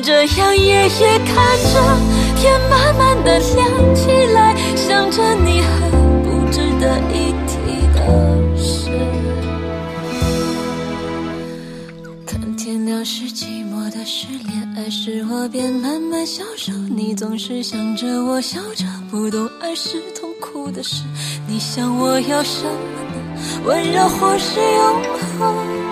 这样夜夜看着天慢慢的亮起来，想着你还不值得一提的事。看天亮是寂寞的失恋，爱是我便慢慢消瘦。你总是想着我笑着，不懂爱是痛苦的事。你想我要什么呢？温柔或是永恒？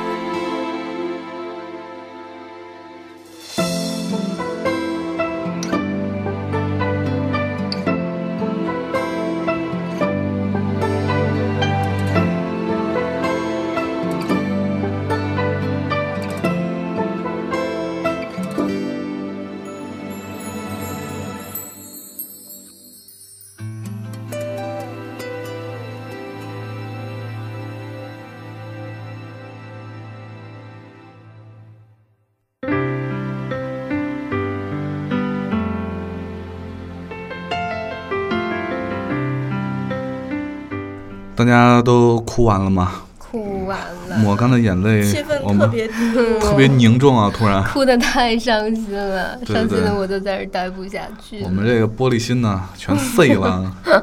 大家都哭完了吗？
哭完了，
抹干了眼泪
嗯气，
嗯我
氛特
们
别低
特别凝重啊！突然，
哭的太伤心了，
对对
伤心的
对
我都在这儿待不下去了。
我们这个玻璃心呢，全碎了。啊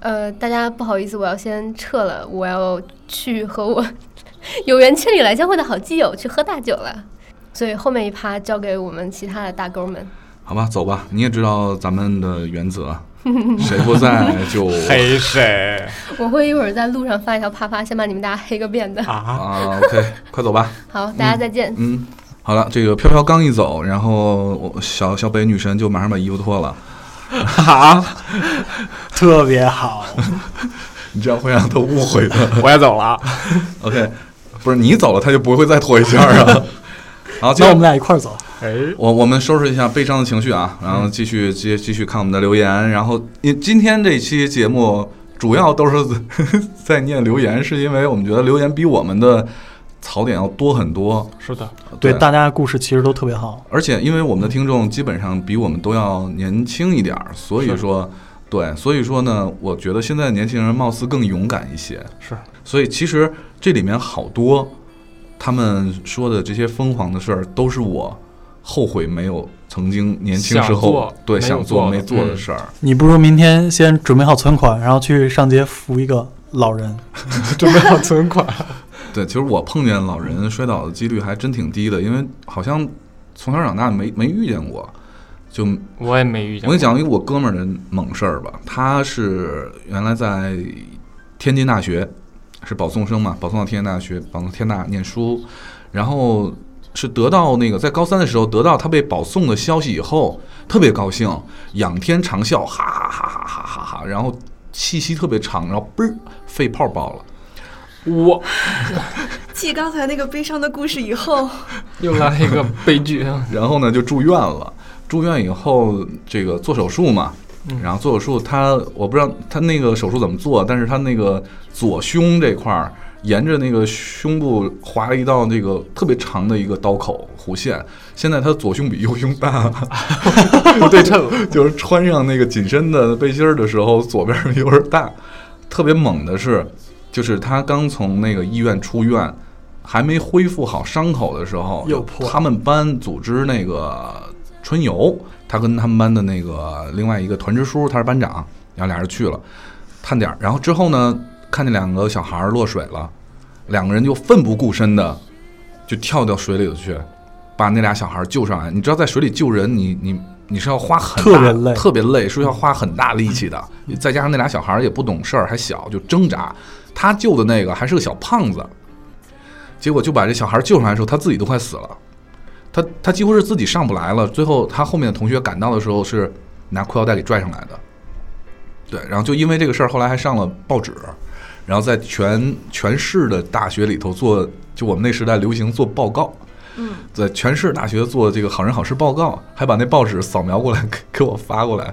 呃，大家不好意思，我要先撤了，我要去和我 有缘千里来相会的好基友去喝大酒了，所以后面一趴交给我们其他的大哥们。
好吧，走吧，你也知道咱们的原 则，谁不在就
黑谁
我会一会儿在路上发一条啪啪，先把你们大家黑个遍的。
啊？
啊，OK，快走吧。
好，大家再见。
嗯，好了，这个飘飘刚一走，然后我小小北女神就马上把衣服脱了，
啊！
特别 好。
你这样会让她误会的。
我也走了。
OK，不是你走了，她就不会再脱一件儿啊。 好，接着
那我们俩一块儿走。
哎，
我我们收拾一下悲伤的情绪啊，
嗯
然后继续接继续看我们的留言。然后因今天这期节目主要都是 在念留言，是因为我们觉得留言比我们的槽点要多很多。
是的，
对，大家的故事其实都特别好。
而且因为我们的听众基本上比我们都要年轻一点儿，所以
是
说，对，所以说呢，我觉得现在年轻人貌似更勇敢一些。
是
所以其实这里面好多他们说的这些疯狂的事儿，都是我后悔没有曾经年轻时
想
候
做
对
没有
想做
做的
没做的
嗯
事儿。
你不如明天先准备好存款，然后去上街扶一个老人。
准备好存款。
对，其实我碰见老人摔倒的几率还真挺低的，因为好像从小长大没没遇见过。就我
我也没遇见。
跟你，讲一个我哥们儿的猛事儿吧，他是原来在天津大学是保送生嘛，保送到天津大学，保送天大念书，然后是得到那个在高三的时候得到他被保送的消息以后，特别高兴，仰天长啸，哈哈哈哈哈哈哈哈，然后气息特别长，然后嘣儿肺泡爆了。
我
继刚才那个悲伤的故事以后，
又来一个悲剧。啊
然后呢就住院了。住院以后，这个做手术嘛，然后做手术他，我不知道他那个手术怎么做，但是他那个左胸这块儿，沿着那个胸部划了一道那个特别长的一个刀口弧线。现在他左胸比右胸大，不对称，就是穿上那个紧身的背心儿的时候，左边儿有点大。特别猛的是，就是他刚从那个医院出院，还没恢复好伤口的时候，
又破
他们班组织那个春游，他跟他们班的那个另外一个团支书，他是班长，然后俩人去了，探点儿，然后之后呢，看见两个小孩儿落水了，两个人就奋不顾身的就跳到水里头去，把那俩小孩儿救上来。你知道在水里救人，你你你是要花很大
特别累
特别累，是要花很大力气 的。再加上那俩小孩儿也不懂事儿，还小，就挣扎。他救的那个还是个小胖子，结果就把这小孩救上来的时候，他自己都快死了。他他几乎是自己上不来了。最后他后面的同学赶到的时候是拿裤腰带给拽上来的。对，然后就因为这个事儿，后来还上了报纸，然后在全全市的大学里头做，就我们那时代流行做报告。嗯，在全市大学做这个好人好事报告，还把那报纸扫描过来 给给我发过来，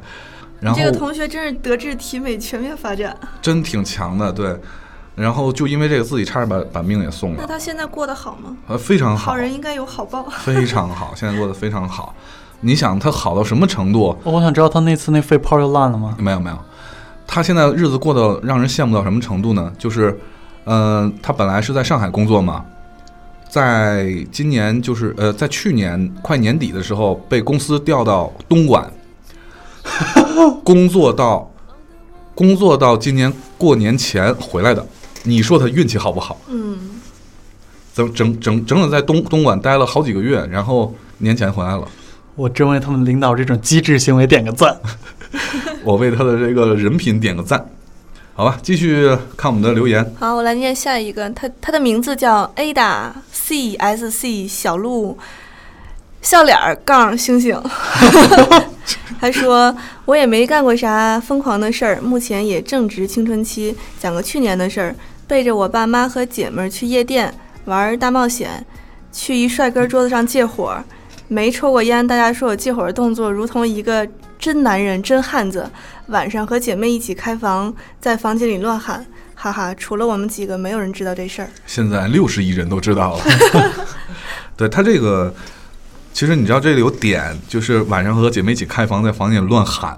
然后
这个同学真是德智体美全面发展。
真挺强的，对，然后就因为这个自己差点把把命也送
那
了，
他现在过得好吗？
呃，非常好，
好人应该有好报。
非常好，现在过得非常好。你想他好到什么程度？
哦我想知道他那次那肺泡又烂了吗？
没有没有，他现在日子过得让人羡慕到什么程度呢？就是，呃，他本来是在上海工作嘛，在今年就是呃，在去年快年底的时候，被公司调到东莞工作到工作到今年过年前回来的。你说他运气好不好？
嗯，
整整整整整在东东莞待了好几个月，然后年前回来了。
我真为他们领导这种机智行为点个赞。
我为他的这个人品点个赞，好吧？继续看我们的留言。
好，我来念下一个，他他的名字叫 Ada C S C 小鹿笑脸儿杠星星。他说：“我也没干过啥疯狂的事儿，目前也正值青春期。讲个去年的事儿，背着我爸妈和姐们儿去夜店玩大冒险，去一帅哥桌子上借火，没抽过烟。大家说我借火的动作如同一个真男人、真汉子。晚上和姐妹一起开房，在房间里乱喊，哈哈！除了我们几个，没有人知道这事儿。
现在六十亿人都知道了。对他这个，其实你知道这里有点，就是晚上和姐妹一起开房，在房间里乱喊。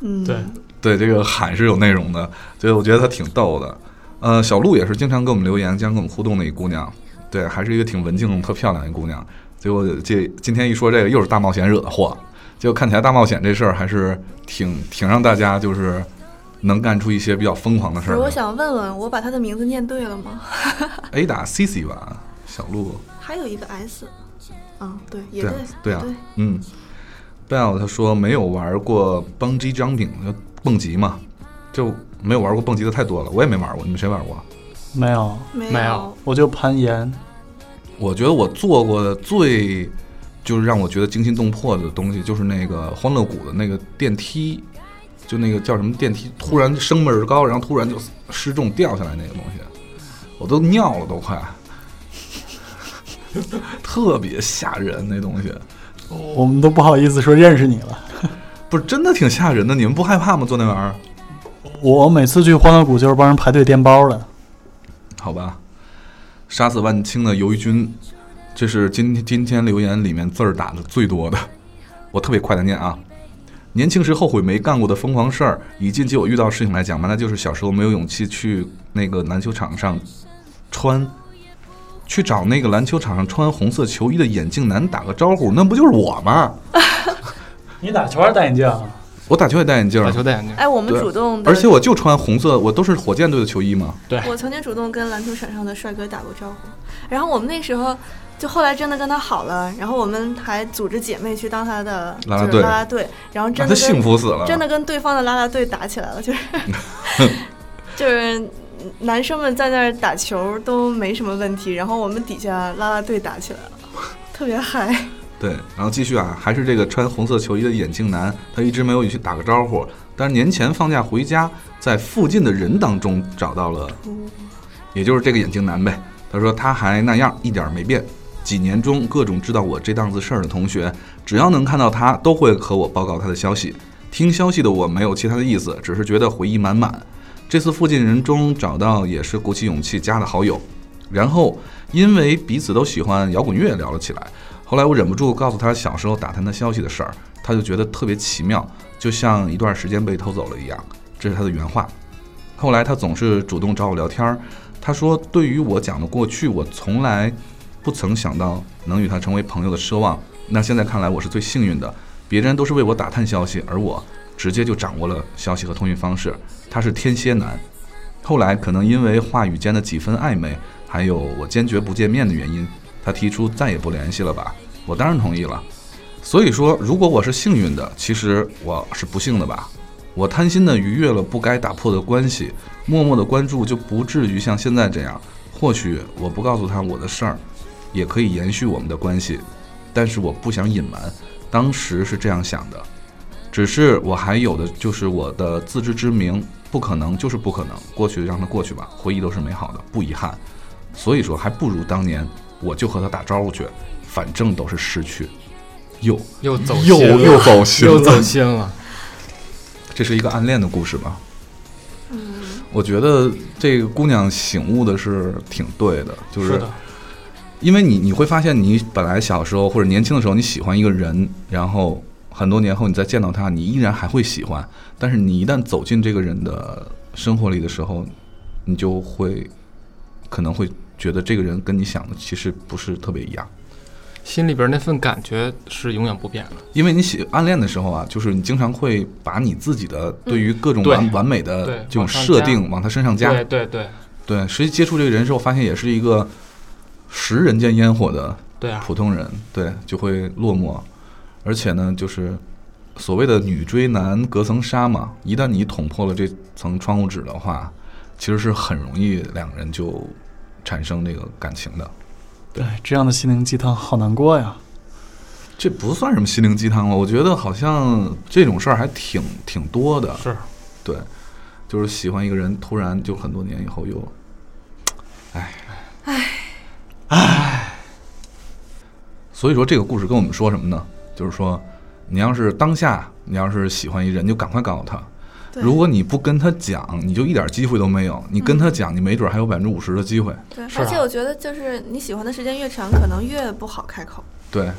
嗯，
对，
对，这个喊是有内容的，所以我觉得他挺逗的。呃，小鹿也是经常跟我们留言，经常跟我们互动的一姑娘，对，还是一个挺文静、特漂亮的一姑娘。结果这今天一说这个，又是大冒险惹的祸。结果看起来大冒险这事儿还是挺挺让大家就是能干出一些比较疯狂的事
不是，我
儿。
想问问，我把他的名字念对了吗？
A 哎打 C C 吧，小鹿。
还有一个 S，啊，对，也
对啊，对啊
对，
嗯。b e l l 他说没有玩过蹦极 jumping，就蹦极嘛，就没有玩过蹦极的太多了，我也没玩过，你们谁玩过？
没有，
没
没
有
有，
我就攀岩，
我觉得我做过的最就是让我觉得惊心动魄的东西，就是那个欢乐谷的那个电梯，就那个叫什么电梯，突然升倍儿高，然后突然就失重掉下来那个东西，我都尿了都快，特别吓人那东西，
我们都不好意思说认识你了。
不是真的挺吓人的，你们不害怕吗？做那玩意儿？
我每次去欢乐谷就是帮人排队颠包的。
好吧，杀死万青的鱿鱼君，这是今今天留言里面字儿打的最多的，我特别快的念啊。年轻时后悔没干过的疯狂事儿，以近期我遇到的事情来讲吧，那就是小时候没有勇气去那个篮球场上穿，去找那个篮球场上穿红色球衣的眼镜男打个招呼，那不就是我吗？
你打球还是戴眼镜啊？
我打球也戴眼镜儿
打，球戴眼镜，
哎，我 们
对
主动的，
而且我就穿红色，我都是火箭队的球衣嘛。
我曾经主动跟篮球场上的帅哥打过招呼，然后我们那时候就后来真的跟他好了，然后我们还组织姐妹去当他的
啦啦
就是
队
啦啦队，啊然后
那
真
他
的
幸
跟
福死了，
真的跟对方的啦啦队打起来 了，就是就是男生们在那儿打球都没什么问题，然后我们底下啦啦队打起来了，特别嗨。
对，然后继续啊，还是这个穿红色球衣的眼镜男，他一直没有去打个招呼。但是年前放假回家，在附近的人当中找到了，也就是这个眼镜男呗。他说他还那样，一点儿没变。几年中，各种知道我这档子事儿的同学，只要能看到他，都会和我报告他的消息。听消息的我没有其他的意思，只是觉得回忆满满。这次附近人中找到，也是鼓起勇气加了好友，然后因为彼此都喜欢摇滚乐聊了起来。后来我忍不住告诉他小时候打探他消息的事儿，他就觉得特别奇妙，就像一段时间被偷走了一样。这是他的原话。后来他总是主动找我聊天儿，他说对于我讲的过去，我从来不曾想到能与他成为朋友的奢望。那现在看来，我是最幸运的，别人都是为我打探消息，而我直接就掌握了消息和通讯方式。他是天蝎男。后来可能因为话语间的几分暧昧，还有我坚决不见面的原因，他提出再也不联系了吧。我当然同意了。所以说，如果我是幸运的，其实我是不幸的吧。我贪心的逾越了不该打破的关系，默默的关注就不至于像现在这样。或许我不告诉他我的事儿，也可以延续我们的关系，但是我不想隐瞒，当时是这样想的。只是我还有的就是我的自知之明，不可能就是不可能，过去让它过去吧，回忆都是美好的，不遗憾。所以说，还不如当年我就和他打招呼去，反正都是失去。又
又走
又
心了
又走心了
又走心了。
这是一个暗恋的故事吧？我觉得这个姑娘醒悟的是挺对的，就是是
的，
因为你你会发现，你本来小时候或者年轻的时候你喜欢一个人，然后很多年后你再见到他，你依然还会喜欢，但是你一旦走进这个人的生活里的时候，你就会可能会觉得这个人跟你想的其实不是特别一样。
心里边那份感觉是永远不变的。
因为你喜暗恋的时候啊，就是你经常会把你自己的对于各种
对
完完美的
对
这种
往上
设
加
定往他身上加，
对对对
对，实际接触这个人之后，发现也是一个食人间烟火的
对啊，
普通人，对，就会落寞。而且呢，就是所谓的女追男隔层纱嘛，一旦你捅破了这层窗户纸的话，其实是很容易两个人就产生这个感情的。
对，这样的心灵鸡汤好难过呀。
这不算什么心灵鸡汤了，啊我觉得好像这种事儿还挺挺多的。
是
对，就是喜欢一个人，突然就很多年以后又，唉，唉，唉。所以说这个故事跟我们说什么呢？就是说，你要是当下你要是喜欢一人，你就赶快告诉他。
对
如果你不跟他讲，你就一点机会都没有。你跟他讲，你没准还有百分之五十的机会。
对，
是
而且
啊
我觉得就是你喜欢的时间越长，可能越不好开口。
对，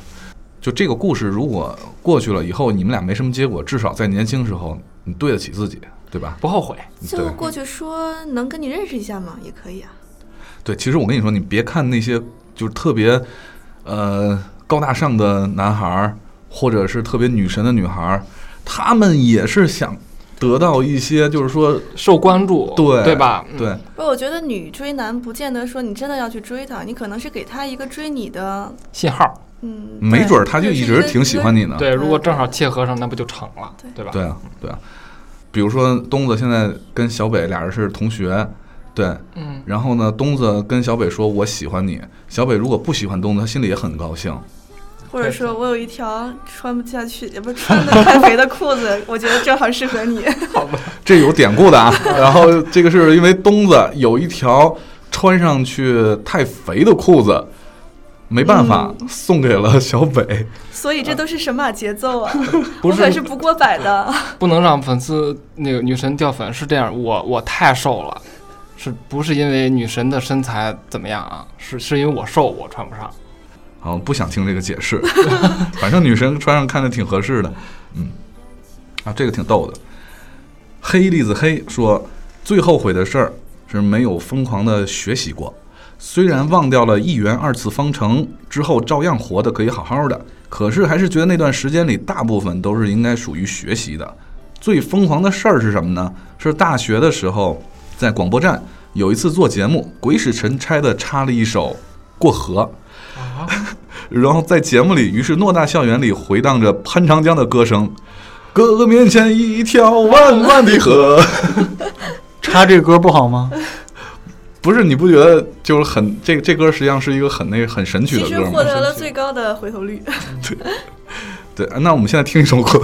就这个故事如果过去了以后，你们俩没什么结果，至少在年轻时候你对得起自己，对吧？
不后悔。
就过去说能跟你认识一下吗？也可以啊。
对，其实我跟你说，你别看那些就是特别呃高大上的男孩儿，或者是特别女神的女孩儿，他们也是想得到一些，就是说，
受关注，
对
对吧？嗯
对，
不，我觉得女追男不见得说你真的要去追他，你可能是给他一个追你的，
信号，
嗯，
没
对
准儿他就一直挺喜欢你呢。
对，如果
对
正好切合上，那不就成了，对吧？
嗯对啊，对啊。比如说东子现在跟小北俩人是同学，对，
嗯，
然后呢，东子跟小北说我喜欢你，小北如果不喜欢东子，他心里也很高兴。
或者说我有一条穿不下去，也不是穿的太肥的裤子，我觉得正好适合你。
这有典故的啊。然后这个是因为东子有一条穿上去太肥的裤子，没办法、送给了小北。
所以
啊
这都是神马节 奏啊！
不
我可
是
是不过百的。
不能让粉丝那个女神掉粉，是这样，我我太瘦了，是不是因为女神的身材怎么样啊？是是因为我瘦，我穿不上。
啊，不想听这个解释， 反正女生穿上看着挺合适的，嗯，啊，这个挺逗的。黑栗子黑说，最后悔的事儿是没有疯狂的学习过，虽然忘掉了一元二次方程之后照样活得可以好好的，可是还是觉得那段时间里大部分都是应该属于学习的。最疯狂的事儿是什么呢？是大学的时候在广播站有一次做节目，鬼使神差的插了一首《过河》。然后在节目里，于是偌大校园里回荡着潘长江的歌声：“哥哥面前一条弯弯的河。
插这个歌不好吗？”
不是，你不觉得就是很这这歌实际上是一个很那个很神曲
其
的
实
歌
获
吗？
得了最高的回头率。
对，那我们现在听一首 歌。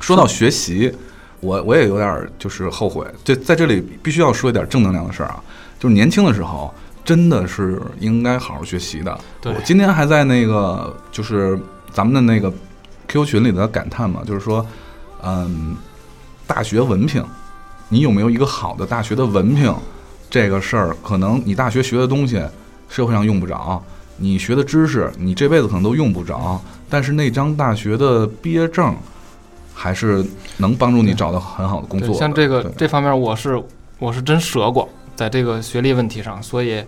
说到学习，我我也有点儿就是后悔，这在这里必须要说一点正能量的事儿啊，就是年轻的时候真的是应该好好学习的。
对
我今天还在那个就是咱们的那个 QQ 群里的感叹嘛，就是说，嗯，大学文凭，你有没有一个好的大学的文凭这个事儿，可能你大学学的东西社会上用不着，你学的知识你这辈子可能都用不着，但是那张大学的毕业证。还是能帮助你找到很好的工
对，
作的。
像这个
对
这方面，我是我是真折过，在这个学历问题上，所以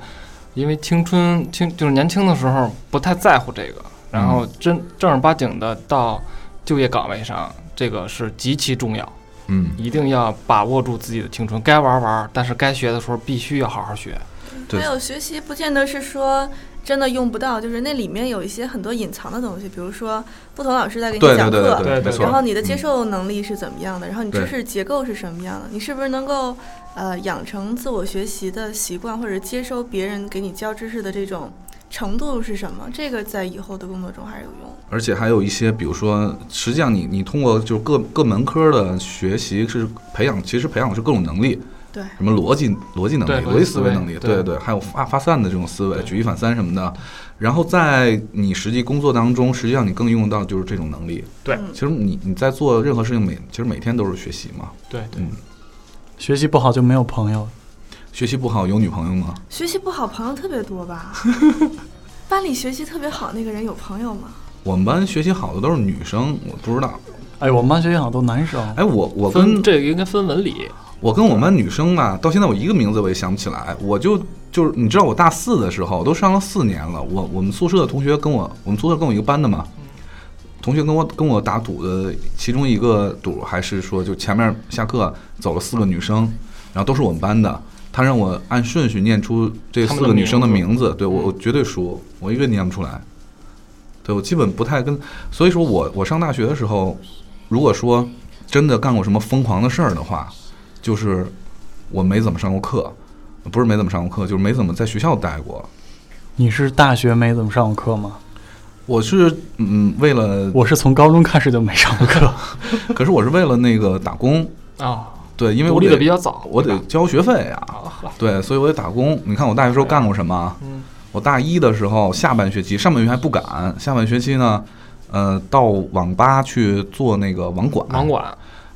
因为青春青就是年轻的时候不太在乎这个，然
嗯
后真正儿八经的到就业岗位上，这个是极其重要，
嗯，
一定要把握住自己的青春，该玩玩，但是该学的时候必须要好好学。
对
还有学习不见得是说真的用不到，就是那里面有一些很多隐藏的东西，比如说不同老师在给
对
你
对
讲
对
课，
对
没
对
错。
然后你的接
嗯
受能力是怎么样的，然后你
对
知识结构是什么样的，你是不是能够呃养成自我学习的习惯，或者接收别人给你教知识的这种程度是什么？这个在以后的工作中还是有用的。
而且还有一些，比如说，实际上你你通过就是各各门科的学习是培养，其实培养的是各种能力，
对，
什么逻辑逻辑能
对
力、
逻
逻
辑
辑
思
思维
维
能力，
对
对对，还有发发散的这种思维，
对
举一反三什么的。然后在你实际工作当中，实际上你更用到就是这种能力。
对
其实你你在做任何事情每其实每天都是学习嘛，
对对
嗯，
学习不好就没有朋友。
学习不好有女朋友吗？
学习不好朋友特别多吧？班里学习特别好那个人有朋友吗？
我们班学习好的都是女生，我不知道。
哎，我们班学习好都男生，
哎，我我
分
跟
这个应该分文理，
我跟我们女生呢，到现在我一个名字我也想不起来。我就就是你知道，我大四的时候都上了四年了。我我们宿舍的同学跟我，我们宿舍跟我一个班的嘛，同学跟我跟我打赌的，其中一个赌还是说，就前面下课走了四个女生，然后都是我们班的，他让我按顺序念出这
她
四
们
个
的
女生的
名字
名字，对我我绝对输，我一个念不出来。对我基本不太跟，所以说我我上大学的时候，如果说真的干过什么疯狂的事儿的话，就是我没怎么上过课，不是没怎么上过课，就是没怎么在学校待过。
你是大学没怎么上过课吗？
我是嗯，为了
我是从高中开始就没上过课。
可是我是为了那个打工，
啊，
对，因
因
为
独
我
立的比
得
较早，
我得
对吧
交学费啊，
啊，呵
对，所以我得打工。你看我大学时候干过什么啊？
嗯
我大一的时候下半学期，上半学期还不敢，下半学期呢，呃，到网吧去做那个网管。
网管，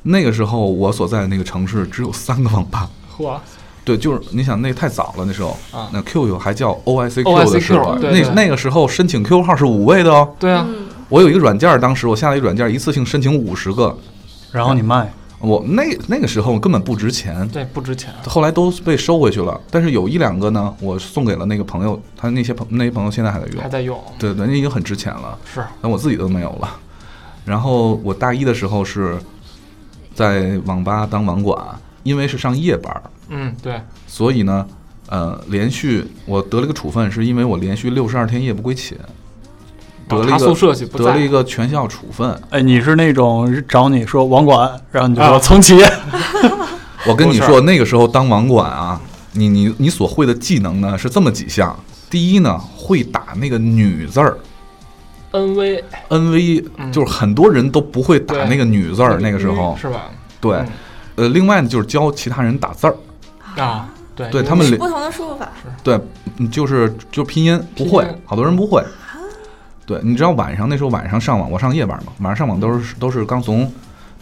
那个时候我所在的那个城市只有三个网吧。
嚯，
对，就是你想那个太早了，那时候
啊
那 QQ 还叫 OICQ 的
OICQ
时候，啊
对
那
对
那个时候申请 QQ 号是五位的哦。
对啊，
嗯，
我有一个软件儿，当时我下了一个软件儿，一次性申请五十个。
然后你卖，
我那那个时候根本不值钱，
对，不值钱，
后来都被收回去了。但是有一两个呢，我送给了那个朋友，他那些朋那些朋友现在还在用
还。在用，
对对，那已经很值钱了，
是
但我自己都没有了。然后我大一的时候是在网吧当网管，因为是上夜班儿，
嗯，对，
所以呢，呃，连续我得了个处分，是因为我连续六十二天夜不归寝，得了一
查
个
哦宿舍去，不
得了一
在，
个全校处分。
哎，你是那种找你说网管，然后你就说
啊
从企
我跟你
多事
说，那个时候当网管啊，你你你所会的技能呢是这么几项：第一呢，会打那个女字儿
NV
，NV，、
嗯
就是很多人都不会打
对
那个女字儿。那个时候，
是吧？
对，
嗯
呃，另外呢就是教其他人打字儿，
啊，对，
对
因为
他们
不同的输入法，
对，嗯就是就拼音不
拼
会
音，
好多人不会。对，你知道晚上那时候晚上上网，我上夜班嘛，晚上上网都是都是刚从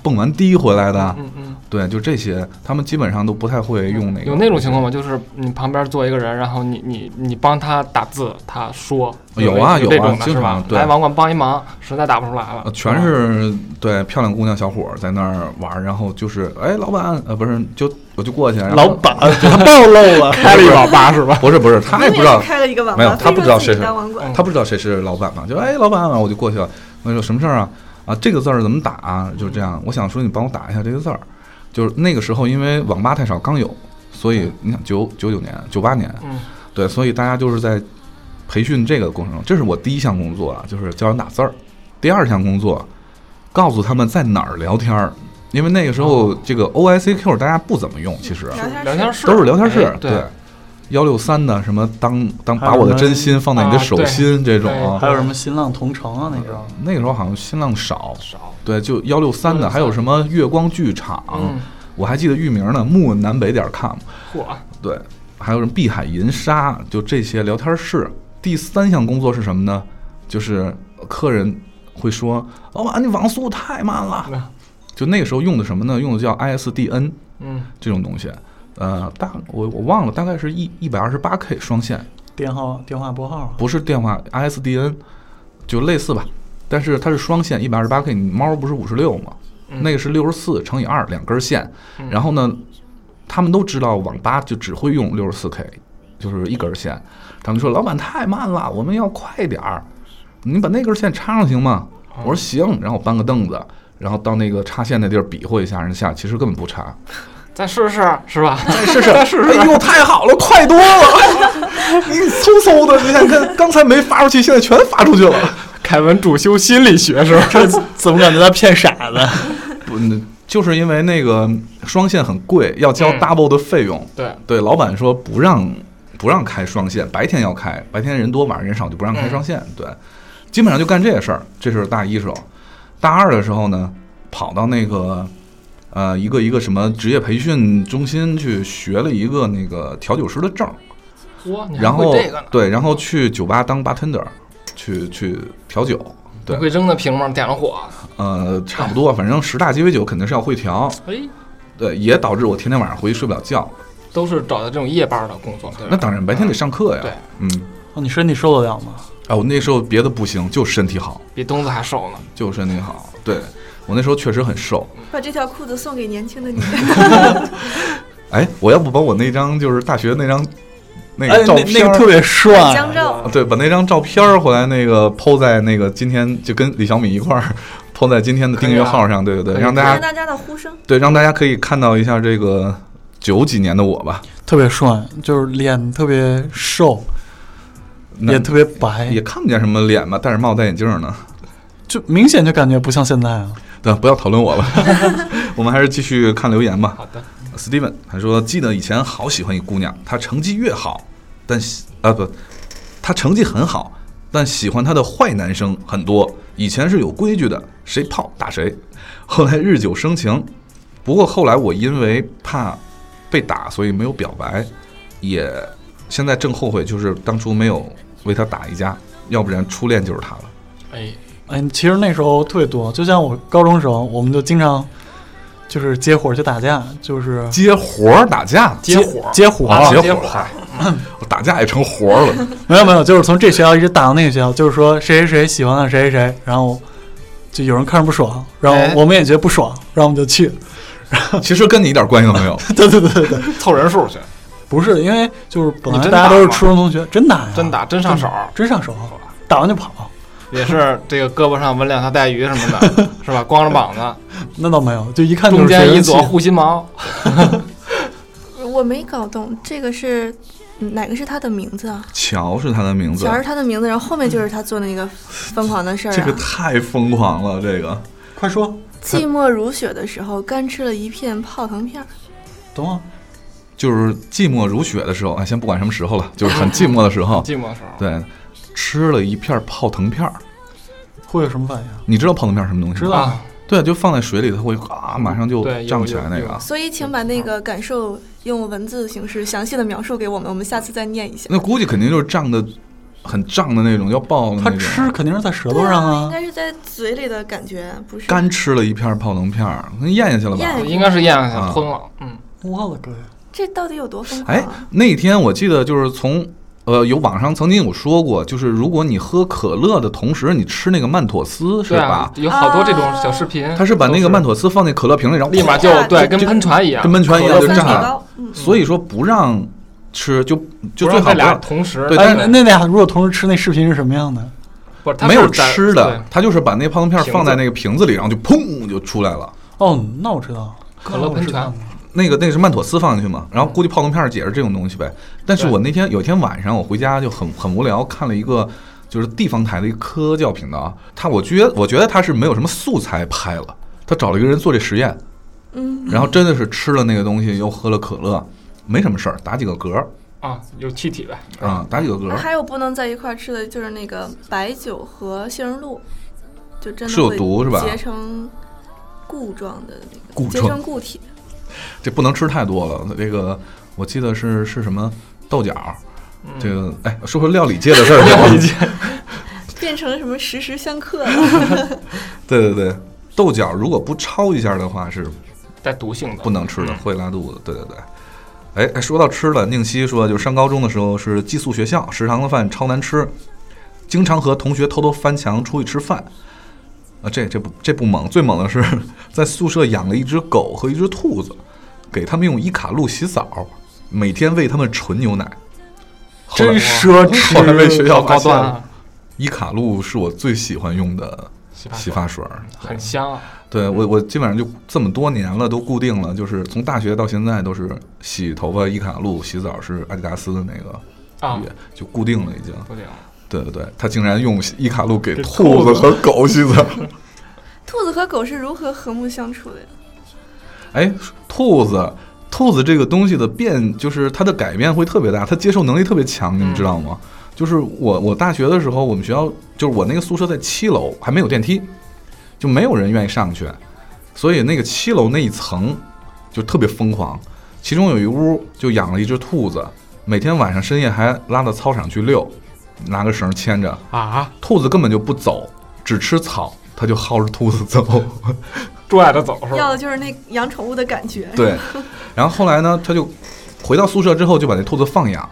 蹦完迪回来的，
嗯嗯，
对，就这些，他们基本上都不太会用那个。
有那种情况吗？就是你旁边坐一个人，然后你你你帮他打字，他说
有啊有啊
有这种的
经
是吧
常？对
来网管帮一忙，实在打不出来了
呃，，全是对漂亮姑娘小伙儿在那儿玩儿，然后就是哎，老板，呃，不是，就我就过去，然后
老板，他暴露 了。
开了一网吧是吧？
不是不是，他也不知
明明
道
是，开了一个网吧，
没有他不知道谁是
非说自己当网管，
他不知道谁是老板嘛，就哎，老板啊，我就过去了，我说什么事儿啊？啊，这个字儿怎么打、啊？就这样，我想说你帮我打一下这个字儿。就是那个时候，因为网吧太少，刚有，所以你想九九九年、九八年，
嗯，
对，所以大家就是在培训这个过程中，这是我第一项工作啊，就是教人打字儿。第二项工作，告诉他们在哪儿聊天儿，因为那个时候这个 OICQ 大家不怎么用，其实
聊天
聊
室
天室
都是聊天室
嗯哎，
对
对，。
幺六三的什么当当
还有
把我的
什么
真心放在你的
啊
手
对
心这种
对
啊，
还有什么新浪同城啊那种？
那个时候好像新浪少，
少，
对，就幺六三的，
163
还有什么月光剧场，
嗯，
我还记得域名呢，木南北点儿 com，
嚯，
对，还有什么碧海银沙，就这些聊天室。第三项工作是什么呢？就是客人会说：“老板，你网速太慢了。
啊”
就那个时候用的什么呢？用的叫 ISDN
嗯，
这种东西，呃，大我我忘了，大概是一一百二十八 K 双线，
电话电话拨号啊，
不是电话 ISDN，就类似吧，但是它是双线，一百二十八 K，你猫不是五十六吗？
嗯
那个是六十四乘以二两根线，
嗯
然后呢，他们都知道网吧就只会用六十四 K，就是一根线，他们说老板太慢了，我们要快点儿，你把那根线插上行吗？我说行，然后我搬个凳子，然后到那个插线那地儿比划一下，人下其实根本不插，
再试试是吧？
再试试，再试试。哎呦，太好了，快多了！ 你嗖嗖的，你看看，刚才没发出去，现在全发出去了。
凯文主修心理学是吧？
这怎么感觉他骗傻子？
不，那就是因为那个双线很贵，要交
嗯
double 的费用。
对，
对，老板说不让不让开双线，白天要开，白天人多，晚上人少就不让开双
嗯
线。对，基本上就干这些事儿。这是大一时候，大二的时候呢，跑到那个呃一个一个什么职业培训中心去学了一个那个调酒师的证儿。
嚯，你还
然后
会这个呢？
对，然后去酒吧当 bartender，去去调酒。
你
对，
会扔的瓶吗？点了火，
呃，差不多，反正十大鸡尾酒肯定是要会调。
哎，
对，也导致我天天晚上回去睡不了觉。
都是找的这种夜班的工作，对吧？
那当然，白天得上课呀。
对，
嗯，
哦，你身体受得了吗？
啊，我那时候别的不行，就身体好，
比东子还瘦呢。
就身体好。对我那时候确实很瘦。
把这条裤子送给年轻的你。
哎，我要不把我那张就是大学那张那
哎
个，照
那
片、
那个特别帅
江，照，
对，把那张照片儿回来那个抛在那个今天就跟李小米一块儿抛在今天的订阅
啊
号上，对对对，
可 以
让大
谢谢
家
大家的呼声。
对让大家可以看到一下这个九几年的我吧，
特别帅，就是脸特别瘦，
那
也特别白
也，看不见什么脸吧，戴着帽戴眼镜呢。
就明显就感觉不像现在啊。
对，呃不要讨论我了，我们还是继续看留言吧。
好的，
Steven 他说：“记得以前好喜欢一姑娘，她成绩越好，但喜啊不，她成绩很好，但喜欢她的坏男生很多。以前是有规矩的，谁泡打谁。后来日久生情，不过后来我因为怕被打，所以没有表白，也现在正后悔，就是当初没有为她打一架，要不然初恋就是她了。
哎，
哎，其实那时候特别多，就像我高中时候，我们就经常就是接活儿去打架，就是
接活儿打架，
接火儿
接火儿，
啊，
接
接
火
火儿，我打架也成活儿了。”
没有没有，就是从这学校一直打到那个学校，就是说谁谁谁喜欢了谁谁谁，然后就有人看着不爽，然
哎
后我们也觉得不爽，然后我们就去。
其实跟你一点关系都没有。
对对对对对，
凑人数去，
不是因为就是本来
你真
大家
打
都是
吗
初中同学，真打呀，
真打真上手，
真上手，打完就跑，
也是这个胳膊上纹两条带鱼什么的，是吧？光着膀子，
那倒没有，就一看就是
中
学
间
生
一撮
气
护心毛，
我没搞懂这个是嗯哪个是他的名字啊？
乔是他的名字
乔，是他的名字，然后后面就是他做那个疯狂的事儿、啊。
这个太疯狂了，这个
快说，
寂寞如雪的时候，干吃了一片泡腾片儿。
懂吗？
就是寂寞如雪的时候，哎，先不管什么时候了，就是很寂寞的时 候，
寂寞的时候，
对，吃了一片泡腾片儿。
会有什么反应？
你知道泡腾片儿什么东西吗？
知道
啊，
对，就放在水里，它会啊，马上就
对有
胀起来
有
那
有
个。
所以，请把那个感受用文字形式详细的描述给我们，我们下次再念一下。
那估计肯定就是胀的，很胀的那种，要爆的那
他
种。
吃肯定是在舌头
对
上
啊，应
啊，
该是在嘴里的感觉，不是
干吃了一片泡腾片儿，那咽下去了吧？
咽下去
应该是咽下
啊
去吞了，嗯，
我了个呀！
这到底有多疯狂、
哎
啊？，
那天我记得就是从呃，有网上曾经有说过，就是如果你喝可乐的同时，你吃那个曼妥思是
对啊
吧，？
有好多这种小视频，
他是把那个曼
都
妥思放那可乐瓶里，然后
是立马就
就
对，
就
跟喷泉一样，
跟喷泉一样
可
就
乐
三
炸
雪
了。
糕，嗯，
所以说不让吃，就就
不
最
让
好
这
不
俩
让。
同时，
对
哎，
但是
那俩如果同时吃，那视频是什么样的？
不是它
没有
是在
吃的
对，
他就是把那泡腾片
瓶
放在
子
那个瓶子里，然后就砰就出来了。
哦，那我 知道，
可乐喷泉，
那个那个是曼妥思放进去嘛，然后估计泡腾片儿也是这种东西呗。但是
对
我那天有一天晚上我回家就很很无聊，看了一个就是地方台的一个科教频道啊，他我觉得我觉得他是没有什么素材拍了，他找了一个人做这实验，
嗯，
然后真的是吃了那个东西又喝了可乐，没什么事儿，打几个嗝儿
啊，有气体呗，
啊，打几个嗝
那
儿
还有不能在一块儿吃的就是那个白酒和杏仁露，就真的
是有
会
毒是吧
结成固状的那个，
固
结
状
成固体。
这不能吃太多了。这个我记得是是什么豆角儿，
嗯
这个哎，说说料理界的事儿吧。料理界，
变成什么时时相克 了？
对对对，豆角如果不焯一下的话是
带毒性的，
不能吃的，会拉肚子。对对对。哎哎，说到吃了，宁熙说，就是上高中的时候是寄宿学校，食堂的饭超难吃，经常和同学偷偷翻墙出去吃饭。啊，这这不这不猛，最猛的是 在宿舍养了一只狗和一只兔子，给他们用伊卡露洗澡，每天喂他们纯牛奶。后来
真奢侈，
后来被学校
高
发现
端
了
啊，，
伊卡露是我最喜欢用的
洗发
洗
水
发水儿，
啊很香啊，
对我，我基本上就这么多年了，都固定了，就是从大学到现在都是洗头发伊卡露，洗澡是阿迪达斯的那个，
啊
也就固定了已经。
不行，
对对对，他竟然用伊卡露给
给
兔子
兔子
和狗洗澡。
兔子和狗是如何和睦相处的呀？
哎，兔子，兔子这个东西的变，就是它的改变会特别大，它接受能力特别强，你们知道吗？就是我我大学的时候，我们学校就是我那个宿舍在七楼，还没有电梯，就没有人愿意上去，所以那个七楼那一层就特别疯狂，其中有一屋就养了一只兔子，每天晚上深夜还拉到操场去遛，拿个绳牵着，
啊，
兔子根本就不走，只吃草，它就薅着兔子走。
拽着走
哦
是
要
吧
的？就是那养宠 物的感觉。
对，然后后来呢，他就回到宿舍之后就把那兔子放养，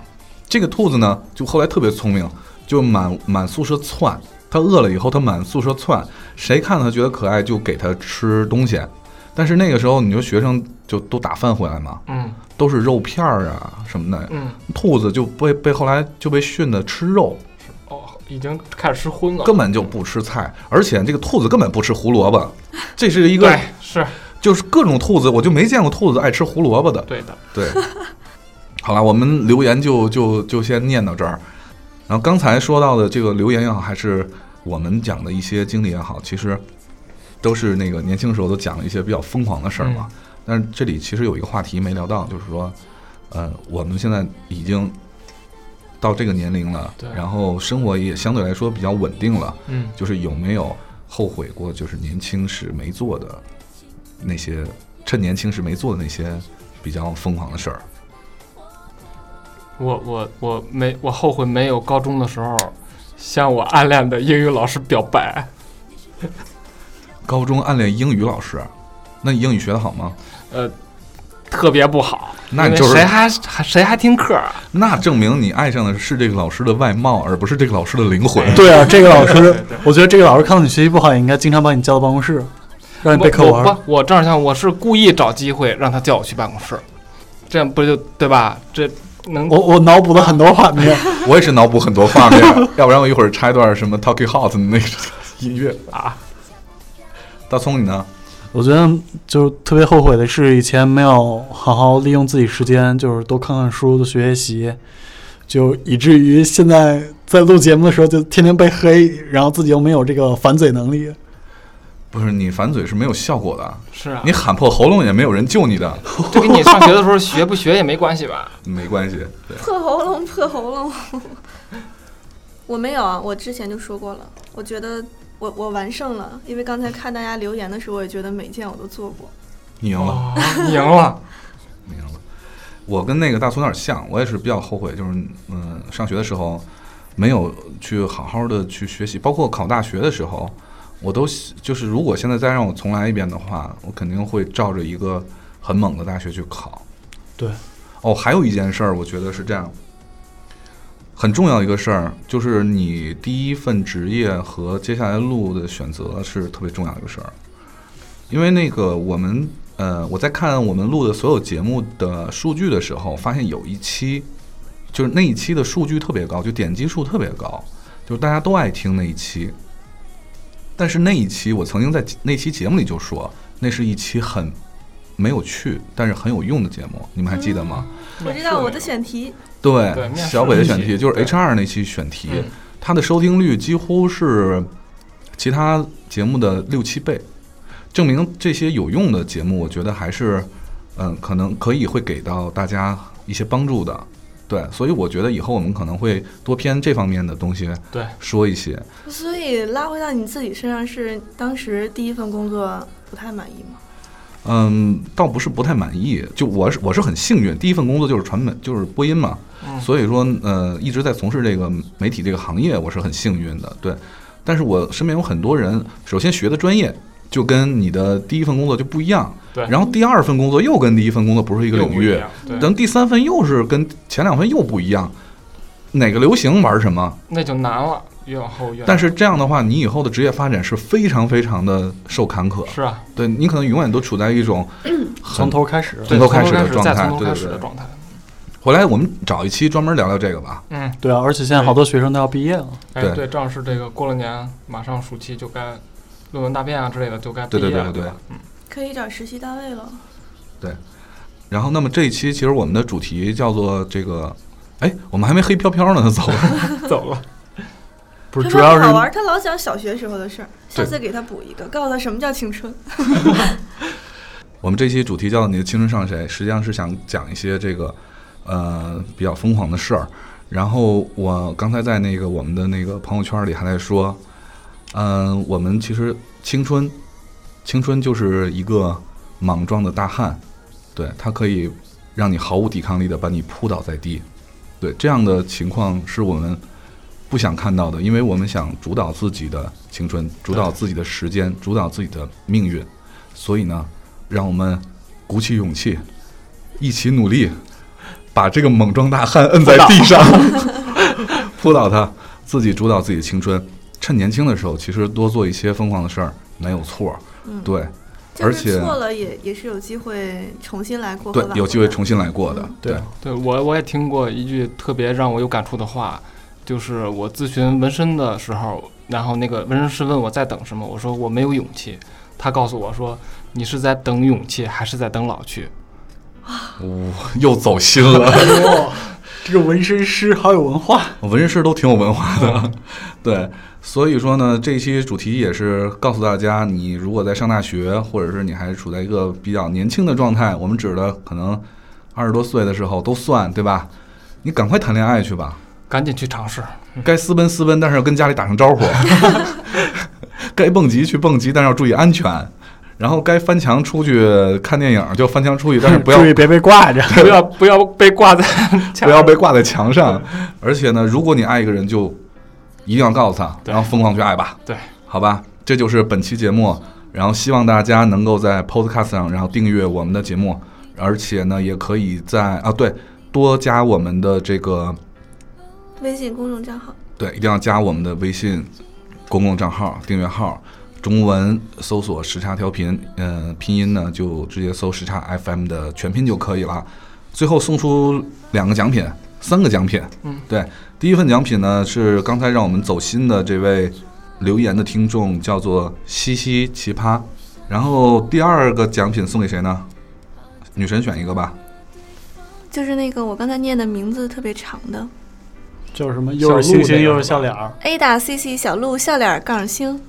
这个兔子呢，就后来特别聪明，就满满宿舍窜。它饿了以后，它满宿舍窜，谁看它觉得可爱就给它吃东西。但是那个时候，你说学生就都打饭回来嘛，
嗯
都是肉片儿啊什么的。
嗯，
兔子就被被后来就被训的吃肉，
哦，已经开始吃荤了，
根本就不吃菜，而且这个兔子根本不吃胡萝卜。这是一个
对是
就是各种兔子，我就没见过兔子爱吃胡萝卜的。
对的，
对，好了，我们留言就就就先念到这儿。然后刚才说到的这个留言也好，还是我们讲的一些经历也好，其实都是那个年轻时候都讲了一些比较疯狂的事儿嘛。但是这里其实有一个话题没聊到，就是说，呃，我们现在已经到这个年龄了
对，
然后生活也相对来说比较稳定了，
嗯
就是有没有后悔过，就是年轻时没做的那些，趁年轻时没做的那些比较疯狂的事儿？
我我我没我后悔没有高中的时候向我暗恋的英语老师表白，
高中暗恋英语老师，那你英语学得好吗？
呃，特别不好。
那
因为
就是
谁还还谁还听课啊？
那证明你爱上的是这个老师的外貌，而不是这个老师的灵魂。
对
对啊，这个老
对
师，我觉得这个老师看到你学习不好，也应该经常把你叫到办公室，让你
我
备课文
我。不，我正想我是故意找机会让他叫我去办公室，这样不就对吧？这能
我我脑补了很多画面，
我也是脑补很多画面，要不然我一会儿插一段什么 Talking Hot 的那个音乐
啊。
大葱，你呢？
我觉得就是特别后悔的是，以前没有好好利用自己时间，就是多看看书，多学学习，就以至于现在在录节目的时候就天天被黑，然后自己又没有这个反嘴能力。
不是你反嘴是没有效果的，
是啊
你，喊破喉咙也没有人救你的，
这跟你上学的时候学不学也没关系吧？
没关系。对，
破喉咙，破喉咙。我没有啊，我之前就说过了，我觉得我我完胜了，因为刚才看大家留言的时候，我也觉得每件我都做过。
你 赢了。
哦，你赢了，
明白了。我跟那个大葱有点像，我也是比较后悔，就是嗯、上学的时候没有去好好的去学习，包括考大学的时候，我都喜就是如果现在再让我重来一遍的话，我肯定会照着一个很猛的大学去考。
对。
哦，还有一件事儿，我觉得是这样，很重要一个事儿，就是你第一份职业和接下来路的选择是特别重要的一个事儿。因为那个我们呃，我在看我们录的所有节目的数据的时候，发现有一期就是那一期的数据特别高，就点击数特别高，就是大家都爱听那一期。但是那一期我曾经在那期节目里就说，那是一期很没有趣，但是很有用的节目，你们还记得吗？
我知道我的选题，
对
对面试
小北的
那
选
期
题就是
对
HR 那期选题，
嗯
它的收听率几乎是其他节目的六七倍，证明这些有用的节目，我觉得还是嗯，可能可以会给到大家一些帮助的。对，所以我觉得以后我们可能会多偏这方面的东西
对
说一些。
所以拉回到你自己身上，是当时第一份工作不太满意吗？
嗯，倒不是不太满意，就我是我是很幸运，第一份工作就是传媒，就是播音嘛，
嗯
所以说呃一直在从事这个媒体这个行业，我是很幸运的，对。但是我身边有很多人，首先学的专业就跟你的第一份工作就不一样，
对
然后第二份工作又跟第一份工作不是一个领域，
对，
等第三份又是跟前两份又不一样，哪个流行玩什么？
那就难了，越往后越难。
但是这样的话，你以后的职业发展是非常非常的受坎坷，
是啊，
对你可能永远都处在一 种
从头开始，
对
从头开始的
从
状
再
态
从头
对
开
对
始的
对
状态，
回来我们找一期专门聊聊这个吧。
嗯，
对啊，而且现在好多学生都要毕业了，
哎
对
对，正好是这个过了年，马上暑期就该论文答辩啊之类的就该毕
对
业
对对
了
对
吧嗯
可以找实习单位了。
然后，那么这一期其实我们的主题叫做这个，哎，我们还没黑飘飘呢，他走了。
走了，
不是
他
主要
说好
是
玩儿，他老讲小学时候的事儿，下
对
次给他补一个，告诉他什么叫青春。
我们这期主题叫“你的青春上谁”，实际上是想讲一些这个呃比较疯狂的事儿。然后我刚才在那个我们的那个朋友圈里还在说，嗯、我们其实青春，青春就是一个莽撞的大汉，对，它可以让你毫无抵抗力的把你扑倒在地，对，这样的情况是我们不想看到的，因为我们想主导自己的青春，主导自己的时间，主导自己的命运，所以呢，让我们鼓起勇气，一起努力，把这个莽撞大汉摁在地上， 扑倒他，自己主导自己的青春。趁年轻的时候，其实多做一些疯狂的事儿没有错儿。
嗯，
对
就
而
是
且
错了也也是有机会重新来过和
对
挽，回
有机会
的
重新来过的
嗯。
对
对，
对我我也听过一句特别让我有感触的话，就是我咨询纹身的时候，然后那个纹身师问我在等什么，我说我没有勇气，他告诉我说你是在等勇气还是在等老去？
哦，又走心了。
哇，这个纹身师好有文化，
纹身师都挺有文化的， 对，所以说呢，这一期主题也是告诉大家，你如果在上大学，或者是你还处在一个比较年轻的状态，我们指的可能二十多岁的时候都算，对吧？你赶快谈恋爱去吧，
赶紧去尝试，
该私奔私奔，但是要跟家里打声招呼； 该蹦极去蹦极，但是要注意安全。然后该翻墙出去看电影就翻墙出去，但是不要
注意别被挂着。
不要不要被挂在
不要被挂在墙上。而且呢，如果你爱一个人，就一定要告诉他，
对
然后疯狂去爱吧。
对，
好吧，这就是本期节目。然后希望大家能够在 Podcast 上，然后订阅我们的节目，而且呢，也可以在啊，对，多加我们的这个，
微信公众账号。
对，一定要加我们的微信公共账号、订阅号。中文搜索时差调频，呃，拼音呢就直接搜时差 FM 的全拼就可以了。最后送出两个奖品，三个奖品，
嗯，
对，第一份奖品呢是刚才让我们走心的这位留言的听众，叫做西西奇葩。然后第二个奖品送给谁呢？女神选一个吧，
就是那个我刚才念的名字特别长的
就是什么，又是星星又是笑脸儿，
A 打 C C 小鹿笑脸杠星，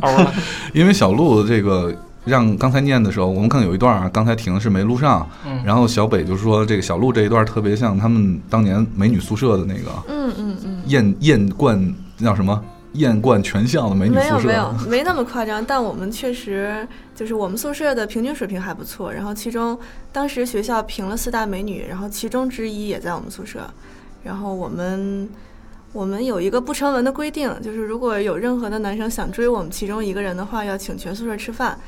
哦
因为小鹿这个让刚才念的时候，我们看有一段啊，刚才停是没录上。
嗯
然后小北就说这个小鹿这一段特别像他们当年美女宿舍的那个
嗯嗯嗯，
艳艳冠叫什么艳冠全校的美女
没有
宿舍。
没有没那么夸张，但我们确实就是我们宿舍的平均水平还不错。然后其中当时学校评了四大美女，然后其中之一也在我们宿舍。然后我们我们有一个不成文的规定，就是如果有任何的男生想追我们其中一个人的话，要请全宿舍吃饭。